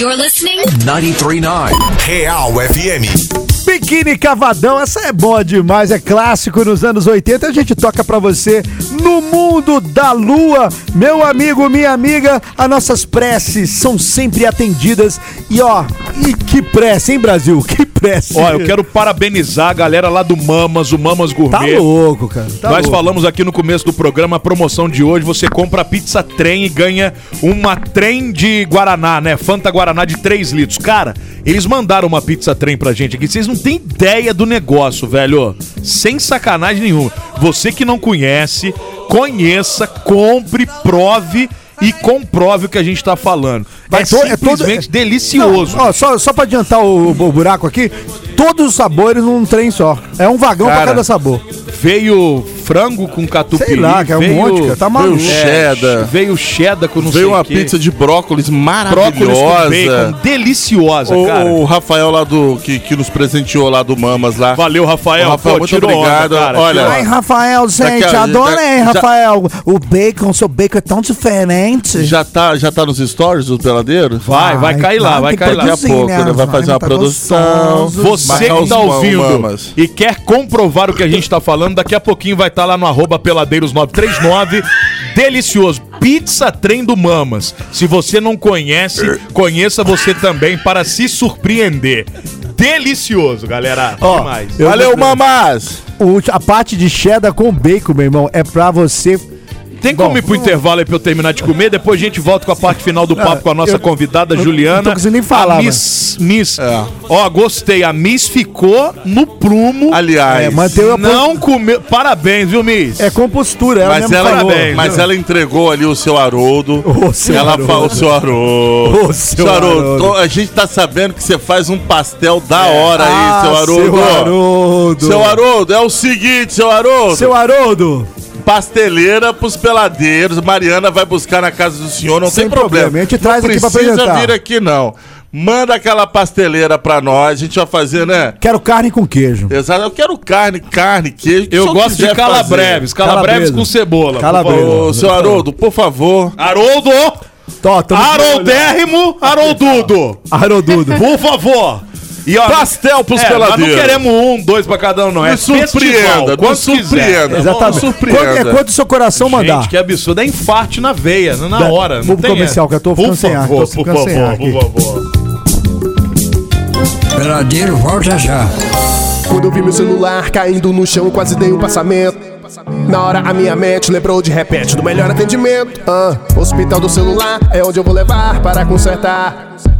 You're listening. 93.9. Real FM.
Biquíni Cavadão, essa é boa demais, é clássico nos anos 80. A gente toca pra você no mundo da lua. Meu amigo, minha amiga, as nossas preces são sempre atendidas. E ó, e que prece, hein, Brasil? Que prece.
Ó, eu quero parabenizar a galera lá do Mamas, o Mamas
Tá
Gourmet.
louco, cara. Tá
Nós
louco.
falamos aqui no começo do programa, a promoção de hoje, você compra a pizza trem e ganha uma trem de Guaraná, né? Fanta Guaraná de 3 litros. Cara, eles mandaram uma pizza trem pra gente aqui. Vocês não têm ideia do negócio, velho. Sem sacanagem nenhuma. Você que não conhece, conheça, compre, prove e comprove o que a gente tá falando.
Vai
é
to- é todo-
simplesmente delicioso.
Não, ó, só, só pra adiantar o, o buraco aqui, todos os sabores num trem só. É um vagão pra
Cara,
cada sabor.
Veio frango com catupiry.
Sei lá, cara, um
veio,
monte, cara, tá maluco.
Veio cheddar. veio cheddar com não
Veio
sei
uma
o quê.
pizza de brócolis
Brócolis com
maravilhosa.
bacon, deliciosa,
O,
cara.
o Rafael lá do que, que nos presenteou lá do Mamas lá.
Valeu, Rafael.
Ô, Rafael,
Pô,
muito
tirou onda,
obrigado.
cara,
Olha,
tirou
Ai,
onda.
Rafael,
gente, Daqui a- adorei, já-
Rafael. O bacon, seu bacon é tão diferente.
Já tá, já tá nos stories do Peladeiro?
Vai, vai cair lá, vai cair
Daqui
lá.
a pouco, né? Vai fazer
tá
uma produção.
Você
marcar
que
os
tá
pão,
ouvindo
Mamas.
e quer comprovar o que a gente tá falando, daqui a pouquinho vai estar lá no arroba peladeiros939. Delicioso. Pizza Trem do Mamas. Se você não conhece, conheça você também para se surpreender. Delicioso, galera.
Ó,
Demais.
eu-
Valeu, Mamas!
O- a parte de cheddar com bacon, meu irmão, é pra você.
Tem como ir pro intervalo aí pra eu terminar de comer? Depois a gente volta com a parte final do papo com a nossa
Ah, eu-
convidada,
eu não
Juliana.
tô conseguindo nem falar,
A
mano. É.
Miss. Miss. Ó, gostei. A Miss ficou no prumo.
Aliás,
É, manteve a
Não comeu. Parabéns, viu, Miss?
É compostura, ela
mas,
mesmo
ela,
falou.
parabéns,
mas
né?
ela entregou ali o seu Haroldo.
Ô, seu
ela
Haroldo.
falou, o seu Haroldo.
Ô, seu
Seu Haroldo,
Haroldo.
tô- a gente tá sabendo que você faz um pastel da hora aí, Ah, seu Haroldo.
Ah, Seu Haroldo.
Seu Haroldo, é o seguinte, seu Haroldo.
Seu Haroldo.
Pasteleira pros peladeiros. Mariana vai buscar na casa do senhor, não
Sem
tem problema.
problema, a gente
Não
traz aqui pra
precisa
apresentar.
vir aqui, não. Manda aquela pasteleira pra nós, a gente vai fazer, né?
Quero carne com queijo.
Exato, eu quero carne, carne, queijo.
Eu gosto de calabreves. Calabreves
Calabresa.
com cebola.
Calabresa.
por favor.
Ô, seu Haroldo, por favor.
Haroldo!
Tó, tamo-
Haroldérrimo Haroldudo!
Haroldudo.
Por favor! E ó,
Pastel pros
é, nós
peladeiros.
não queremos um, dois pra cada um, não.
Me
é festival,
surpreenda, me
quantos quiser.
surpreenda.
Exatamente.
Não
Quanto, é
surpreenda.
quanto o seu coração mandar.
Gente, que absurdo. É infarte na veia, na
Da-
hora.
Vamos pro comercial, que eu tô
por
ficando sem ar,
favor,
tô
Por
ficando
favor,
sem ar
por favor.
Peladeiro volta já.
Quando eu vi meu celular caindo no chão, quase dei um passamento. Na hora a minha mente lembrou de repente do melhor atendimento. Ah, hospital do celular é onde eu vou levar para consertar.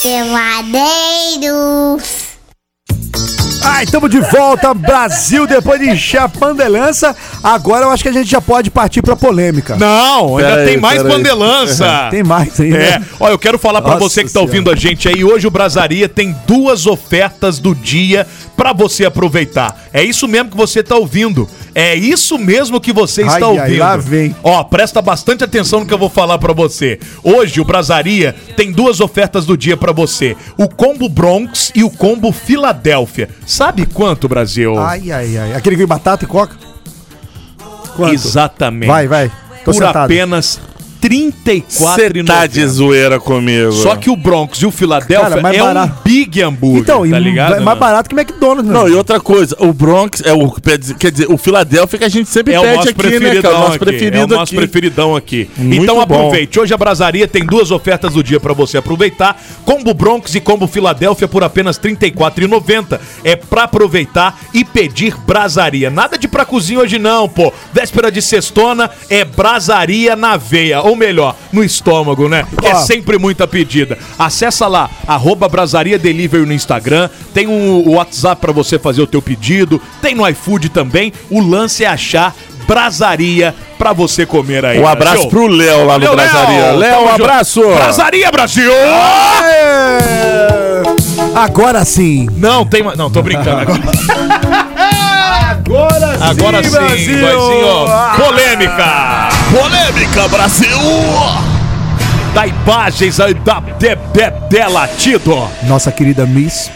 Peladeiros.
Ai, estamos de volta, Brasil, depois de encher a pandelança. Agora eu acho que a gente já pode partir pra polêmica.
Não, ainda tem mais pandelança.
Tem mais ainda.
É. Ó, eu quero falar pra
Nossa
você que tá ouvindo a gente aí. Hoje o Brasaria tem duas ofertas do dia pra você aproveitar. É isso mesmo que você tá ouvindo. É isso mesmo que você
Ai,
está
ai,
ouvindo.
lá vem.
Ó, presta bastante atenção no que eu vou falar pra você. Hoje o Brasaria tem duas ofertas do dia pra você: o combo Bronx e o combo Filadélfia. Sabe quanto, Brasil?
Ai, ai, ai. Aquele que vem batata e coca?
Exatamente.
Vai, vai. Tô
Por
sentado.
apenas
Você
34
tá de zoeira comigo.
né?
né?
Só que o Bronx e o Philadelphia
Cara, mais
é
barato.
um big hambúrguer,
Então,
tá
e
ligado?
é mais
barato que McDonald's, né?
Não, e outra coisa, o Bronx é o quer dizer- quer dizer, o Filadélfia que a gente sempre
É o
pede
nosso
aqui, né, cara?
preferidão
O nosso
aqui,
preferido
é o nosso
aqui.
preferidão aqui.
Muito
então
bom.
aproveite. Hoje a Brasaria tem duas ofertas do dia pra você aproveitar. Combo Bronx e Combo Filadélfia por apenas R$ 34,90. É pra aproveitar e pedir Brasaria. Nada de pra cozinha hoje não, pô. Véspera de sextona é Brasaria na veia. Ou melhor, no estômago, né? Que é
Ó.
sempre muita pedida. Acessa lá, arroba Brasaria Delivery no Instagram. Tem um WhatsApp pra você fazer o teu pedido. Tem no iFood também. O lance é achar Brasaria pra você comer aí.
Um abraço
Brasil.
pro Léo lá no
Valeu,
Brasaria. Léo,
Tamo
um
junto.
abraço.
Brasaria, Brasil!
Agora sim.
Não, tem mais. Não, tô brincando agora.
Agora sim,
Agora sim,
Brasil!
Vaizinho. Polêmica! Polêmica, Brasil! Da imagens aí da de, de, de latido.
Nossa querida Miss.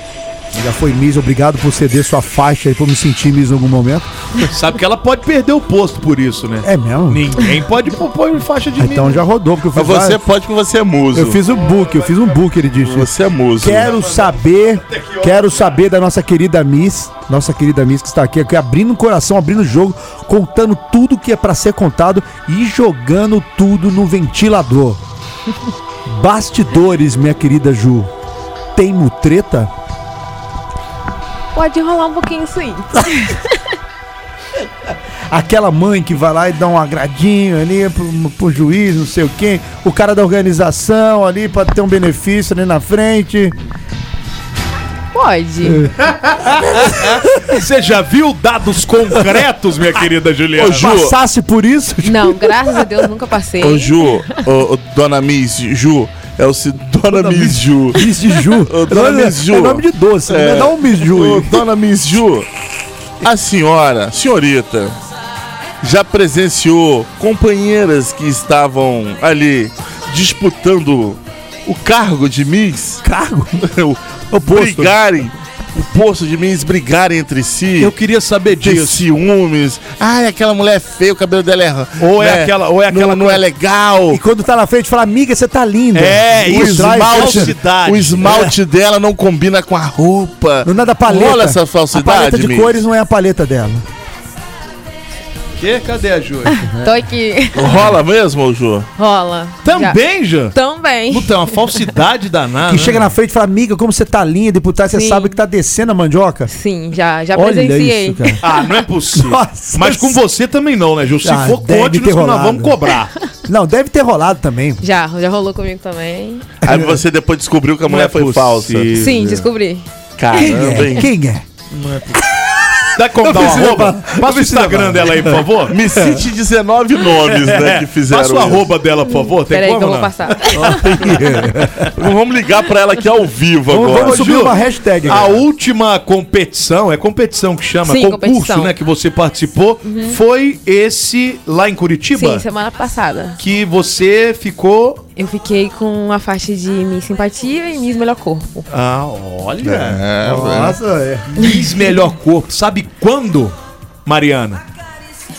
Já foi Miss, obrigado por ceder sua faixa aí pra eu me sentir Miss em algum momento.
Sabe que ela pode perder o posto por isso, né?
É mesmo?
Ninguém pode pôr pôr em faixa de
Então já rodou, porque eu fiz
Mas você
várias-
pode que você é muso.
Eu fiz o book, eu fiz um book, ele disse.
Você é muso.
Quero saber, quero saber da nossa querida Miss, nossa querida Miss que está aqui, aqui abrindo o coração, abrindo o jogo, contando tudo que é pra ser contado e jogando tudo no ventilador. Bastidores, minha querida Ju. Tem mutreta?
Pode rolar um pouquinho sim.
Aquela mãe que vai lá e dá um agradinho ali pro, pro juiz, não sei o quê. O cara da organização ali pra ter um benefício ali na frente.
Pode.
Você já viu dados concretos, minha querida Juliana?
Ô, Ju.
Passasse por isso?
Não, graças a Deus nunca passei.
Ô Ju, ô, ô, Dona Miss, Ju, é o se- Dona, Miss Ju.
Miss de Ju.
Ô, Dona
Não, é-
Miss Ju.
é nome de doce, né? Dá um Miss Ju aí.
É. Ô, Dona Miss Ju, a senhora, senhorita, já presenciou companheiras que estavam ali disputando o cargo de Miss?
Cargo?
o, brigarem. O posto de Miss brigarem entre si.
Eu queria saber
ter
disso.
ciúmes. Ai, aquela mulher feia, o cabelo dela é.
Ou é aquela- ou é
não-
aquela-
Não, é legal.
E quando tá na frente, fala, amiga, você tá linda.
É,
o
isso,
traz
esmalte,
falsidade.
o esmalte dela não combina com a roupa.
É. Não é da paleta.
Rola essa
A paleta
falsidade,
de
Miss?
cores não é a paleta dela.
Que? Cadê a Ju?
Tô aqui.
Rola mesmo, Ju?
Rola.
Também, Ju?
Já. Também.
Puta, é uma falsidade danada. né?
que chega na frente e fala, amiga, como você tá linda, deputado, você
Sim.
sabe que tá descendo a mandioca?
Sim, já, já
Olha
presenciei.
isso, cara.
Ah, não é possível.
Nossa,
Mas com você também não, né, Ju? Se
Ah,
for,
deve
conte
ter
nos que nós
rolado.
vamos cobrar.
Não, deve ter rolado também.
Já, já rolou comigo também.
Aí você depois descobriu que a mulher
é
foi falsa.
possível.
Sim, descobri.
Caramba, hein?
Quem é?
Dá como dar
Não
uma
precisa
um arroba?
falar. Não
Passa o
precisa
Instagram
falar.
dela aí, por favor. É.
Me cite 19 nomes, né, que fizeram
Passa o
isso.
arroba dela, por favor. Tem
Peraí que
como,
eu vou
não?
passar.
Vamos ligar pra ela aqui ao vivo
Vamos,
agora.
vamos subir
Ju,
uma hashtag.
A última competição, é competição que chama,
Sim,
concurso,
competição. Uhum.
né, que você participou, foi esse lá em Curitiba?
Sim, é semana passada.
Que você ficou.
Eu fiquei com a faixa de Miss Simpatia e Miss Melhor Corpo.
Ah, olha!
É, velho.
Nossa, é.
Fiz melhor corpo. Sabe quando, Mariana?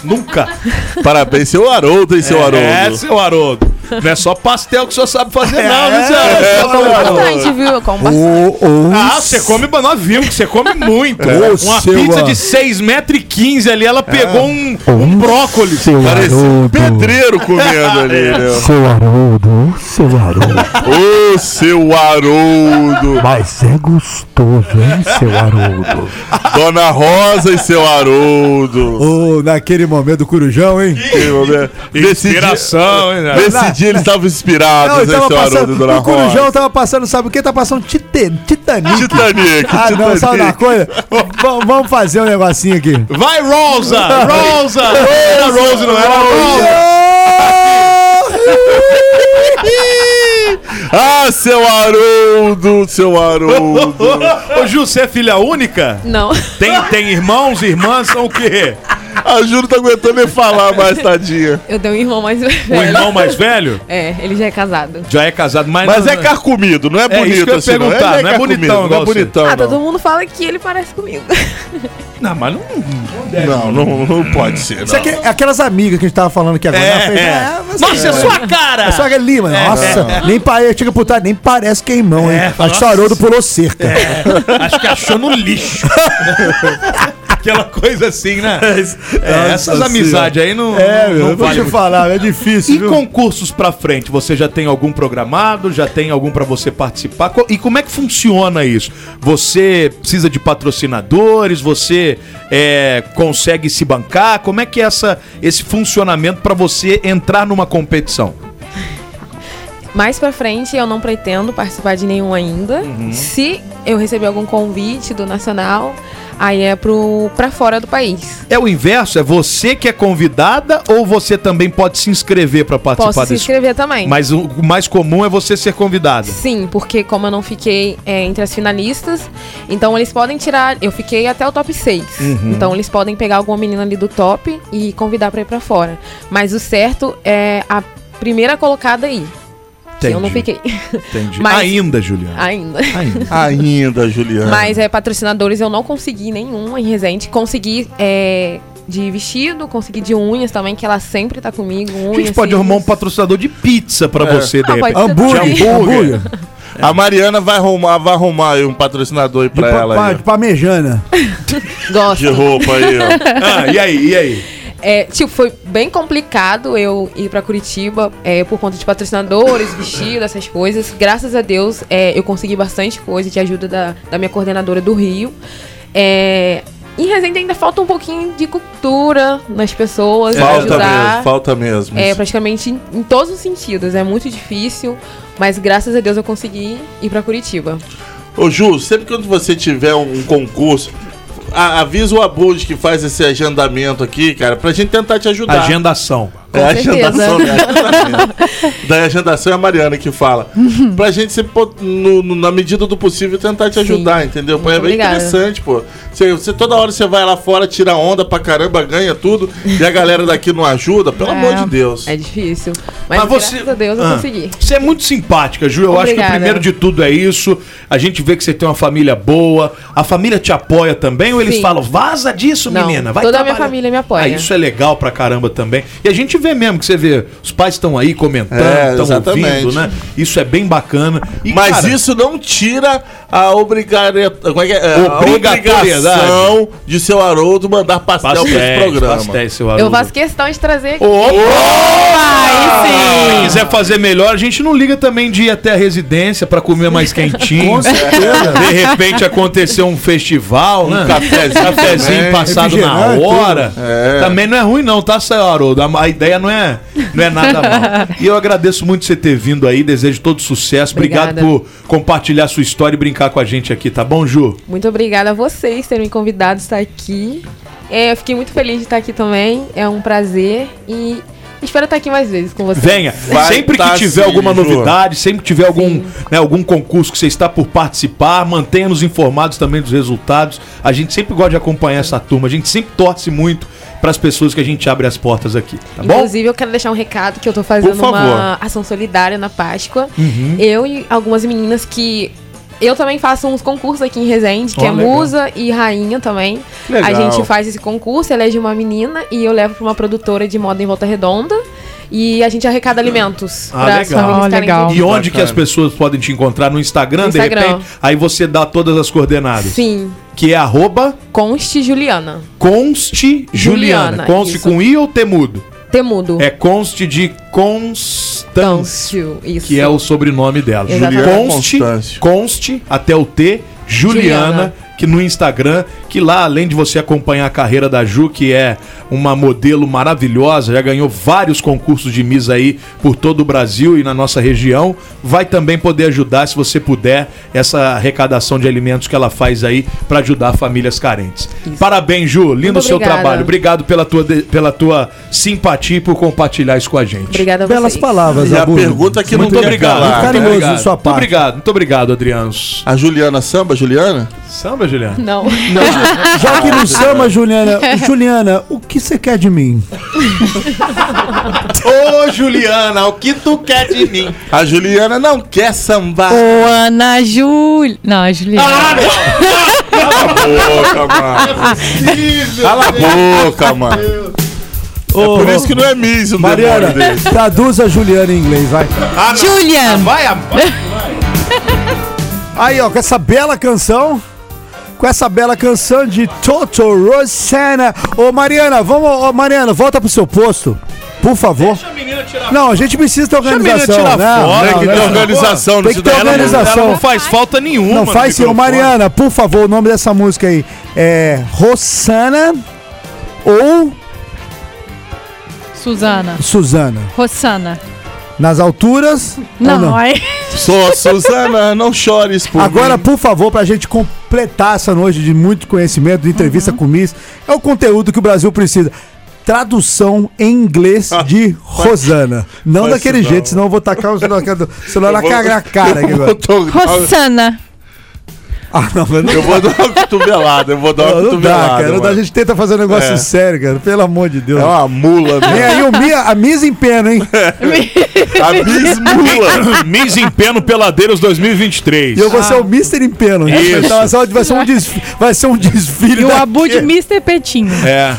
Nunca.
Parabéns, seu Haroldo, hein, seu Haroldo.
É, seu Haroldo. Não é só pastel que o senhor sabe fazer, não, viu, seu Haroldo?
é,
Seu Haroldo.
Bastante, tá, viu? Eu como bastante.
Ou, ou,
Ah, você come, mas nós vimos que você come muito.
Ô,
Uma
seu
pizza
Har-
de 6,15m ali, ela
É.
pegou um, um
Ô,
brócolis.
seu
Parecia um
Haroldo.
pedreiro comendo ali, né?
Seu Haroldo, seu Haroldo.
Ô, seu Haroldo.
Mas é gostoso, hein, seu Haroldo?
Dona Rosa e seu Haroldo.
Ô, naquele momento do Corujão, hein?
Meu Deus. Nesse dia-
Inspiração, hein? né?
Nesse
Na-
dia eles estavam inspirados
Não, ele tava
nesse Haroldo
passando,
e Dona
o Corujão
Rosa.
tava passando, sabe o que? Tá passando Titan- Titanic.
Titanic,
Ah, não,
Titanic.
sabe uma coisa? V- vamos fazer um negocinho aqui.
Vai, Rosa! Rosa! Era Rose, não é? era
Ah, seu Haroldo, seu Haroldo.
Ô, Ju, você é filha única?
Não.
Tem, tem irmãos, irmãs, são o quê?
A Ju não tá aguentando nem falar mais, tadinha.
Eu tenho um irmão mais velho.
O irmão mais velho?
É, ele já é casado.
Já é casado, mas...
Mas é carcomido, não é
É isso
bonito
que eu ia
assim, não.
perguntar,
Ele
não é
carcomido,
bonitão
não
igual
é
você.
bonitão,
ah,
não.
todo mundo fala que ele parece comigo.
Não, mas não...
Não, não, não pode ser.
Isso
não.
aqui é aquelas amigas que a gente tava falando aqui agora. né?
É,
na frente.
é.
você-
Nossa, é sua cara!
É só aquele ali, mano.
É.
Nossa, nem parece, chega pro trás, nem parece que é irmão, hein? Acho que o Haroldo pulou cerca.
Acho que achou no um lixo. Aquela coisa assim, né? É, essas
Nossa
amizades
senhora.
aí não,
É, meu,
não
vou te
vale muito.
falar, é difícil,
E concursos pra frente, você já tem algum programado? Já tem algum pra você participar? Co- E como é que funciona isso? Você precisa de patrocinadores? Você é, consegue se bancar? Como é que é essa, esse funcionamento pra você entrar numa competição?
Mais pra frente, eu não pretendo participar de nenhum ainda.
Uhum.
Se eu receber algum convite do Nacional, aí é pro, pra fora do país.
É o inverso? É você que é convidada ou você também pode se inscrever pra participar
Posso se
desse
inscrever também.
Mas o o mais comum é você ser convidado.
Sim, porque como eu não fiquei é, entre as finalistas, então eles podem tirar. Eu fiquei até o top 6.
Uhum.
Então eles podem pegar alguma menina ali do top e convidar pra ir pra fora. Mas o certo é a primeira colocada aí. Que eu não
Entendi.
fiquei.
Entendi.
Mas-
Ainda, Juliana.
Ainda.
Ainda,
Ah.
Juliana.
Mas é, patrocinadores eu não consegui nenhum em Resende. Consegui é, de vestido, consegui de unhas também, que ela sempre tá comigo.
A
Unhas,
gente pode
cílios.
arrumar um patrocinador de pizza pra
É.
você, de
Ah,
repente.
pode ser Hambúrguer,
De hambúrguer.
A Mariana vai arrumar, vai arrumar aí um patrocinador aí pra ela
Pa-
aí.
de Parmejana.
Gosto.
De roupa aí, ó.
Ah, e aí, e aí?
É, tipo, foi bem complicado eu ir pra Curitiba é, por conta de patrocinadores, vestido, essas coisas. Graças a Deus é, eu consegui bastante coisa de ajuda da, da minha coordenadora do Rio. É, em Resende ainda falta um pouquinho de cultura nas pessoas, pra
Falta
ajudar.
mesmo, falta mesmo.
É, praticamente em, em todos os sentidos. É muito difícil, mas graças a Deus eu consegui ir pra Curitiba.
Ô Ju, sempre que você tiver um concurso, a- avisa o Abud que faz esse agendamento aqui, cara, pra gente tentar te ajudar.
Tá. Agendação.
É,
Com certeza.
agendação, né? Agendamento. Daí a agendação é a Mariana que fala.
Uhum.
pra gente, sempre, pô, no- no- na medida do possível, tentar te ajudar, entendeu? Pô, é bem
obrigada.
interessante, pô. Você, você- toda hora você vai lá fora, tira onda pra caramba, ganha tudo, e a galera daqui não ajuda, pelo
É,
amor de Deus.
É difícil. Mas,
Mas você-
graças a Deus eu
Ah.
consegui.
Você é muito simpática, Ju. Eu acho que o
Obrigada.
primeiro de tudo é isso. A gente vê que você tem uma família boa. A família te apoia também? Ou eles
Sim.
falam, vaza disso,
Não,
menina? Vai
toda a minha
trabalhar."
família me apoia.
Ah, isso é legal pra caramba também. E a gente vê mesmo que você vê, os pais estão aí
É,
comentando, estão
exatamente.
ouvindo, né? Isso é bem bacana. E,
Mas
cara,
isso não tira a, obrigare... como é que é? A
Obrigatoriedade.
obrigação de seu Haroldo mandar pastel, pra esse
pastéis,
programa.
pastéis, seu
Eu
Haroldo.
faço Ah, questão de trazer aqui.
Se quiser fazer melhor, a gente não liga também de ir até a residência pra comer mais quentinho.
Com certeza. Hum.
De repente aconteceu um festival, né?
cafezinho também.
passado na
Refrigerante,
hora.
tudo.
É.
Também não é ruim não, tá, seu Haroldo? A, a ideia não é, não é nada mal. E eu agradeço muito você ter vindo aí, desejo todo sucesso. Obrigado
Obrigada.
por compartilhar sua história e brincar com a gente aqui, tá bom, Ju?
Muito obrigada a vocês terem me convidado a estar aqui. É, eu fiquei muito feliz de estar aqui também. É um prazer e espero estar aqui mais vezes com vocês.
Venha.
Vai
sempre
tá
que tiver
sim,
alguma
Ju.
novidade, sempre que tiver algum, né, algum concurso que você está por participar, mantenha-nos informados também dos resultados. A gente sempre gosta de acompanhar essa turma, a gente sempre torce muito para as pessoas que a gente abre as portas aqui, tá bom?
Inclusive, eu quero deixar um recado que eu tô fazendo
Por favor.
uma ação solidária na Páscoa.
Uhum.
Eu e algumas meninas que. Eu também faço uns concursos aqui em Resende, que
Ó,
é
legal.
musa e rainha também.
Legal.
A gente faz esse concurso, elege uma menina e eu levo pra uma produtora de moda em Volta Redonda. E a gente arrecada alimentos
Ah,
pra
legal.
Ó,
ficarem
legal.
E onde
Bacana.
que as pessoas podem te encontrar? No Instagram,
No
de
Instagram.
repente? Aí você dá todas as coordenadas.
Sim,
Que é arroba
Conste Juliana.
conste Juliana.
Juliana,
Conste
isso.
com I ou temudo?
Temudo.
É conste de constância.
Tâncio, Isso.
que é o sobrenome dela.
Exatamente.
Juliana Conste,
Constâncio.
conste até o T, Juliana,
Juliana.
que que no Instagram, que lá, além de você acompanhar a carreira da Ju, que é uma modelo maravilhosa, já ganhou vários concursos de Miss aí por todo o Brasil e na nossa região, vai também poder ajudar, se você puder, essa arrecadação de alimentos que ela faz aí para ajudar famílias carentes. Parabéns, Ju, lindo
Muito
seu
obrigada.
trabalho. Obrigado pela tua, de- pela tua simpatia e por compartilhar isso com a gente.
Obrigada a vocês.
Belas palavras,
E a
Aburro.
pergunta que
Muito
não quer
obrigado.
calar.
Muito
Carinhoso
obrigado.
da sua
Muito obrigado, muito obrigado, Adriano.
A Juliana Samba, Juliana?
Samba, Juliana?
Não.
Já que não chama, Juliana. Juliana, o que você quer de mim?
Ô, Juliana, o que tu quer de mim? A Juliana não quer sambar.
Ô, Ana Júlia. Não, a Juliana.
Cala a boca,
É
mano. É Cala a boca, mano. é por isso que não é Miss o
Mariana,
demônio desse.
traduz a Juliana em inglês, vai.
Ah, não.
Juliana.
Vai, a-
Aí, ó, com essa bela canção. Com essa bela canção de Toto Rossana. Ô, Mariana, vamos. Ô, Mariana, volta pro seu posto. Por favor. Não, a gente precisa ter
a menina
organização.
tirar foto,
Não, não,
tem que
não,
ter
não.
organização,
Tem que
isso
ter
daí ela não-
organização.
ela não faz falta nenhuma
Não
no
faz sim. Ô,
microfone.
Mariana, por favor, o nome dessa música aí é Rossana ou
Suzana.
Suzana.
Rossana.
Nas alturas?
Não,
ou
aí.
Sou Suzana, não chores por
Agora, por favor, pra gente completar essa noite de muito conhecimento, de entrevista
Uhum.
com Miss, é o conteúdo que o Brasil precisa. Tradução em inglês de Rosana. Não
Ah, faz
daquele
isso
jeito,
não.
senão eu vou tacar o celular, o celular
Eu
na
vou-
cara, na cara aqui
eu
agora.
vou to-
Rossana.
Ah, não, mas não,
Eu vou dar uma cotovelada, eu vou dar uma
não, não dá,
cotovelada.
cara. não dá. a
mano.
gente tenta fazer um negócio
É.
sério, cara. Pelo amor de Deus.
É uma mula,
Vem
né?
aí o Mia, a Miss em pena, hein?
A Miss Mula.
Miss em Pé no Peladeiros 2023.
E eu vou ser
Ah.
o Mr. em pena. né?
Isso.
Então, essa vai ser um desfile. Vai ser um desfile
E o
da-
Abu de Mr. Petinho.
É.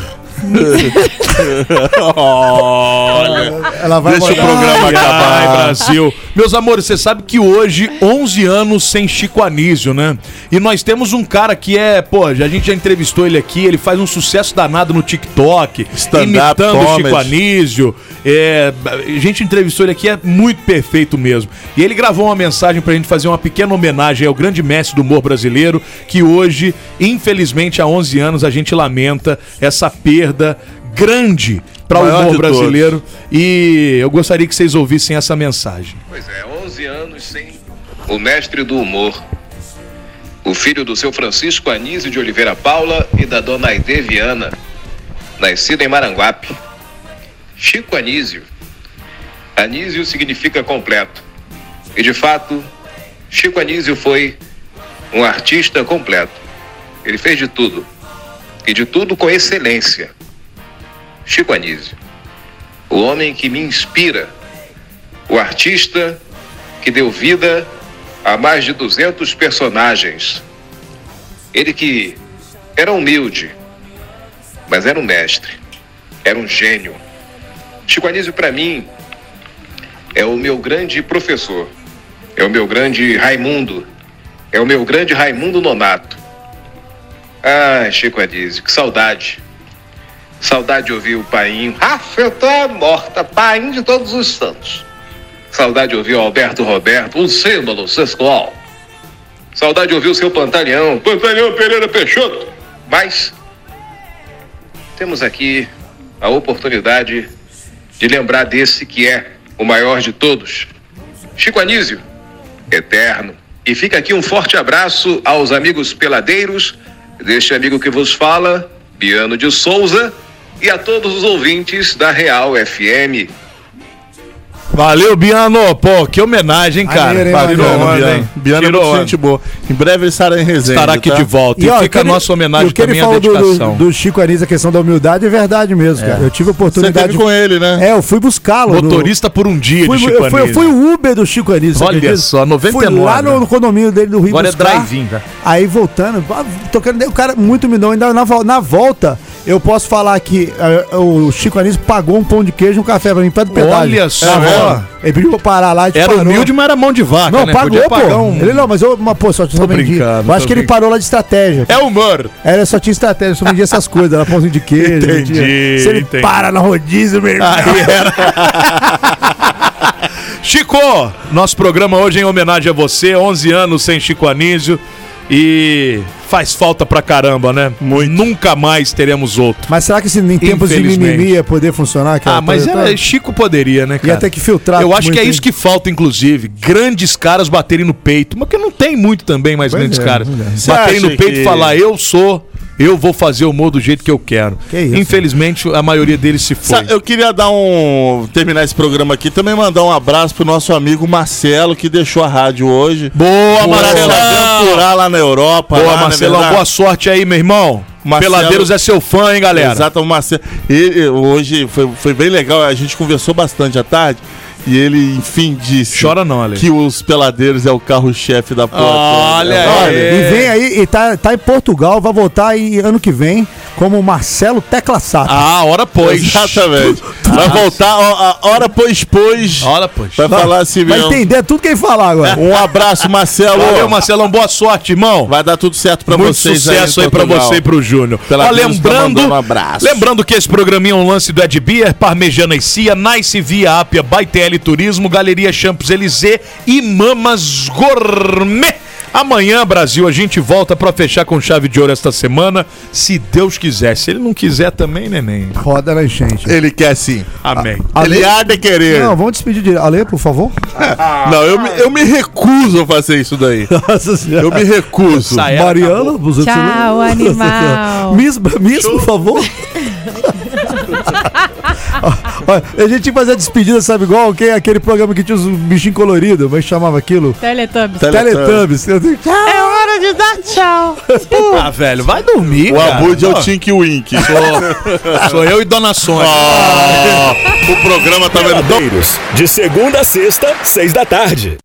Olha.
Ela vai
Deixa o
mandar-
programa
Ai,
acabar.
Brasil. Meus amores, você sabe que hoje, 11 anos sem Chico Anísio, né? E nós temos um cara que é, pô, a gente já entrevistou ele aqui, ele faz um sucesso danado no TikTok,
Stand-up
imitando o Chico
comedy.
Anísio. É, a gente entrevistou ele aqui, é muito perfeito mesmo. E ele gravou uma mensagem pra gente fazer uma pequena homenagem ao grande mestre do humor brasileiro, que hoje, infelizmente, há 11 anos, a gente lamenta essa perda grande para o
Maior
humor
de todos.
brasileiro brasileiro. E eu gostaria que vocês ouvissem essa mensagem.
Pois é, 11 anos sem o mestre do humor. O filho do seu Francisco Anísio de Oliveira Paula e da dona Aide Viana, nascida em Maranguape. Chico Anísio. Anísio significa completo. E de fato, Chico Anísio foi um artista completo. Ele fez de tudo. E de tudo com excelência. Chico Anísio. O homem que me inspira o artista que deu vida a mais de 200 personagens. Ele que era humilde, mas era um mestre, era um gênio. Chico Anísio, para mim, é o meu grande professor, é o meu grande Raimundo, é o meu grande Raimundo Nonato. Ah, Chico Anísio, que saudade. Saudade de ouvir o painho. Ah, eu tô é morta, painho de todos os santos. Saudade de ouvir o Alberto Roberto, um símbolo sexual. Saudade de ouvir o seu Pantaleão, Pantaleão Pereira Peixoto. Mas temos aqui a oportunidade de lembrar desse que é o maior de todos, Chico Anísio, eterno. E fica aqui um forte abraço aos amigos peladeiros, deste amigo que vos fala, Biano de Souza, e a todos os ouvintes da Real FM.
Valeu, Biano. Pô, que homenagem, hein, cara.
Maneiro, hein,
Valeu,
maneiro,
Biano,
Biana,
hein?
Biana, Biana é
Tirou
muito
onda.
gente boa. Em breve ele estará em tá? resenha.
Estará aqui de volta. E,
ó,
fica a
aquele-
nossa
e
homenagem
o que ele
também à
falou do-
dedicação.
Do, do Chico Anísio, a questão da humildade é verdade mesmo, cara. Eu tive a
Você
oportunidade.
teve com ele, né?
É, eu fui buscá-lo. no-
Motorista por um dia
Fui,
de Chico
eu, fui, eu
Anísio.
fui o Uber do Chico Anísio. você
Olha
acredita?
só, 99,
Fui lá no,
né?
no condomínio dele do Rio
Agora é
buscar,
drive-in, já.
Aí voltando, ah, tocando. daí O cara muito me deu. Ainda na, vol- na volta, eu posso falar que ah, o Chico Anísio pagou um pão de queijo e um café pra mim, perto do pedágio.
Olha só.
Na volta. Ele pediu pra eu parar lá e
Era
parou.
humilde, mas era mão de vaca,
Não,
né?
pagou,
Podia pagar
pô.
um-
Ele não, mas eu, mas, pô, só te só vendi. Eu
brincando,
acho
tô
que ele
brincando.
parou lá de estratégia.
É humor.
Era só tinha estratégia, só vendia essas coisas, era pãozinho de queijo.
Entendi,
vendia- Se ele
entendi. Ah,
para na rodízio, meu irmão.
Chico, nosso programa hoje em homenagem a você, 11 anos sem Chico Anísio. E faz falta pra caramba, né? Muito. Nunca mais teremos outro.
Mas será que se em tempos de
Infelizmente.
mimimi ia poder funcionar? aquela
Ah, mas
trajetória?
era, Chico poderia, né, cara?
tá, ter que filtrar
Eu acho
muito,
que é
hein?
isso que falta, inclusive. Grandes caras baterem no peito. Mas que não tem muito também, mas
Pois
grandes
é,
caras.
pois é. Você
Baterem
acha
no peito e
que-
falar, eu sou, eu vou fazer o humor do jeito que eu quero.
isso?
Infelizmente, a maioria deles se foi.
Sa- Eu queria dar um. terminar esse programa aqui também mandar um abraço pro nosso amigo Marcelo, que deixou a rádio hoje.
Boa,
Marcelo! Aventurar lá na Europa.
Boa,
lá, né,
Marcelão,
verdade?
boa sorte aí, meu irmão. Peladeiros é seu fã, hein, galera?
Exato, o Marcelo. Ele, hoje foi, foi bem legal, a gente conversou bastante à tarde. E ele, enfim, disse.
Chora não, Ale.
Que os peladeiros é o carro-chefe da porta.
Olha
Olha, e vem aí, e tá, tá em Portugal, vai voltar aí ano que vem como Marcelo Tecla Sato.
Ah, hora pois.
Exatamente. Vai voltar, ó, a hora pois, pois.
Hora pois.
Vai falar
Ah,
assim
Vai
mesmo.
entender tudo que ele falar agora.
É.
Um abraço, Marcelo.
Valeu, Marcelão. Boa sorte, irmão.
Vai dar tudo certo pra
Muito
vocês. então,
sucesso aí, pra você e pro Júnior.
Pela
Ó,
lembrando.
lembrando,
Um abraço.
lembrando que esse programinha é um lance do Ed Beer, Parmejana e Cia, Nice Via Ápia, Baitele Turismo, Galeria Champs Elysée e Mamas Gourmet. Amanhã, Brasil, a gente volta pra fechar com chave de ouro esta semana, se Deus quiser. Se ele não quiser também, neném.
Roda na enchente.
Ele quer sim.
Amém.
Ele há de querer.
Não, vamos despedir de Ale, por favor.
Não, eu, me- eu me recuso a fazer isso daí. eu me recuso.
Essa era Mariana, acabou. você-
Tchau, animal.
Miss, Miss por favor. Olha, a gente tinha que fazer a despedida, sabe igual? quem Aquele programa que tinha os bichinhos coloridos, mas chamava aquilo.
Teletubbies.
Teletubbies.
É hora de dar tchau.
Ah, velho, vai dormir,
O
cara.
Abud é o
Pô.
Tink Wink.
Sou, sou eu e Dona Sônia.
o programa tá vendo.
De segunda a sexta, seis da tarde.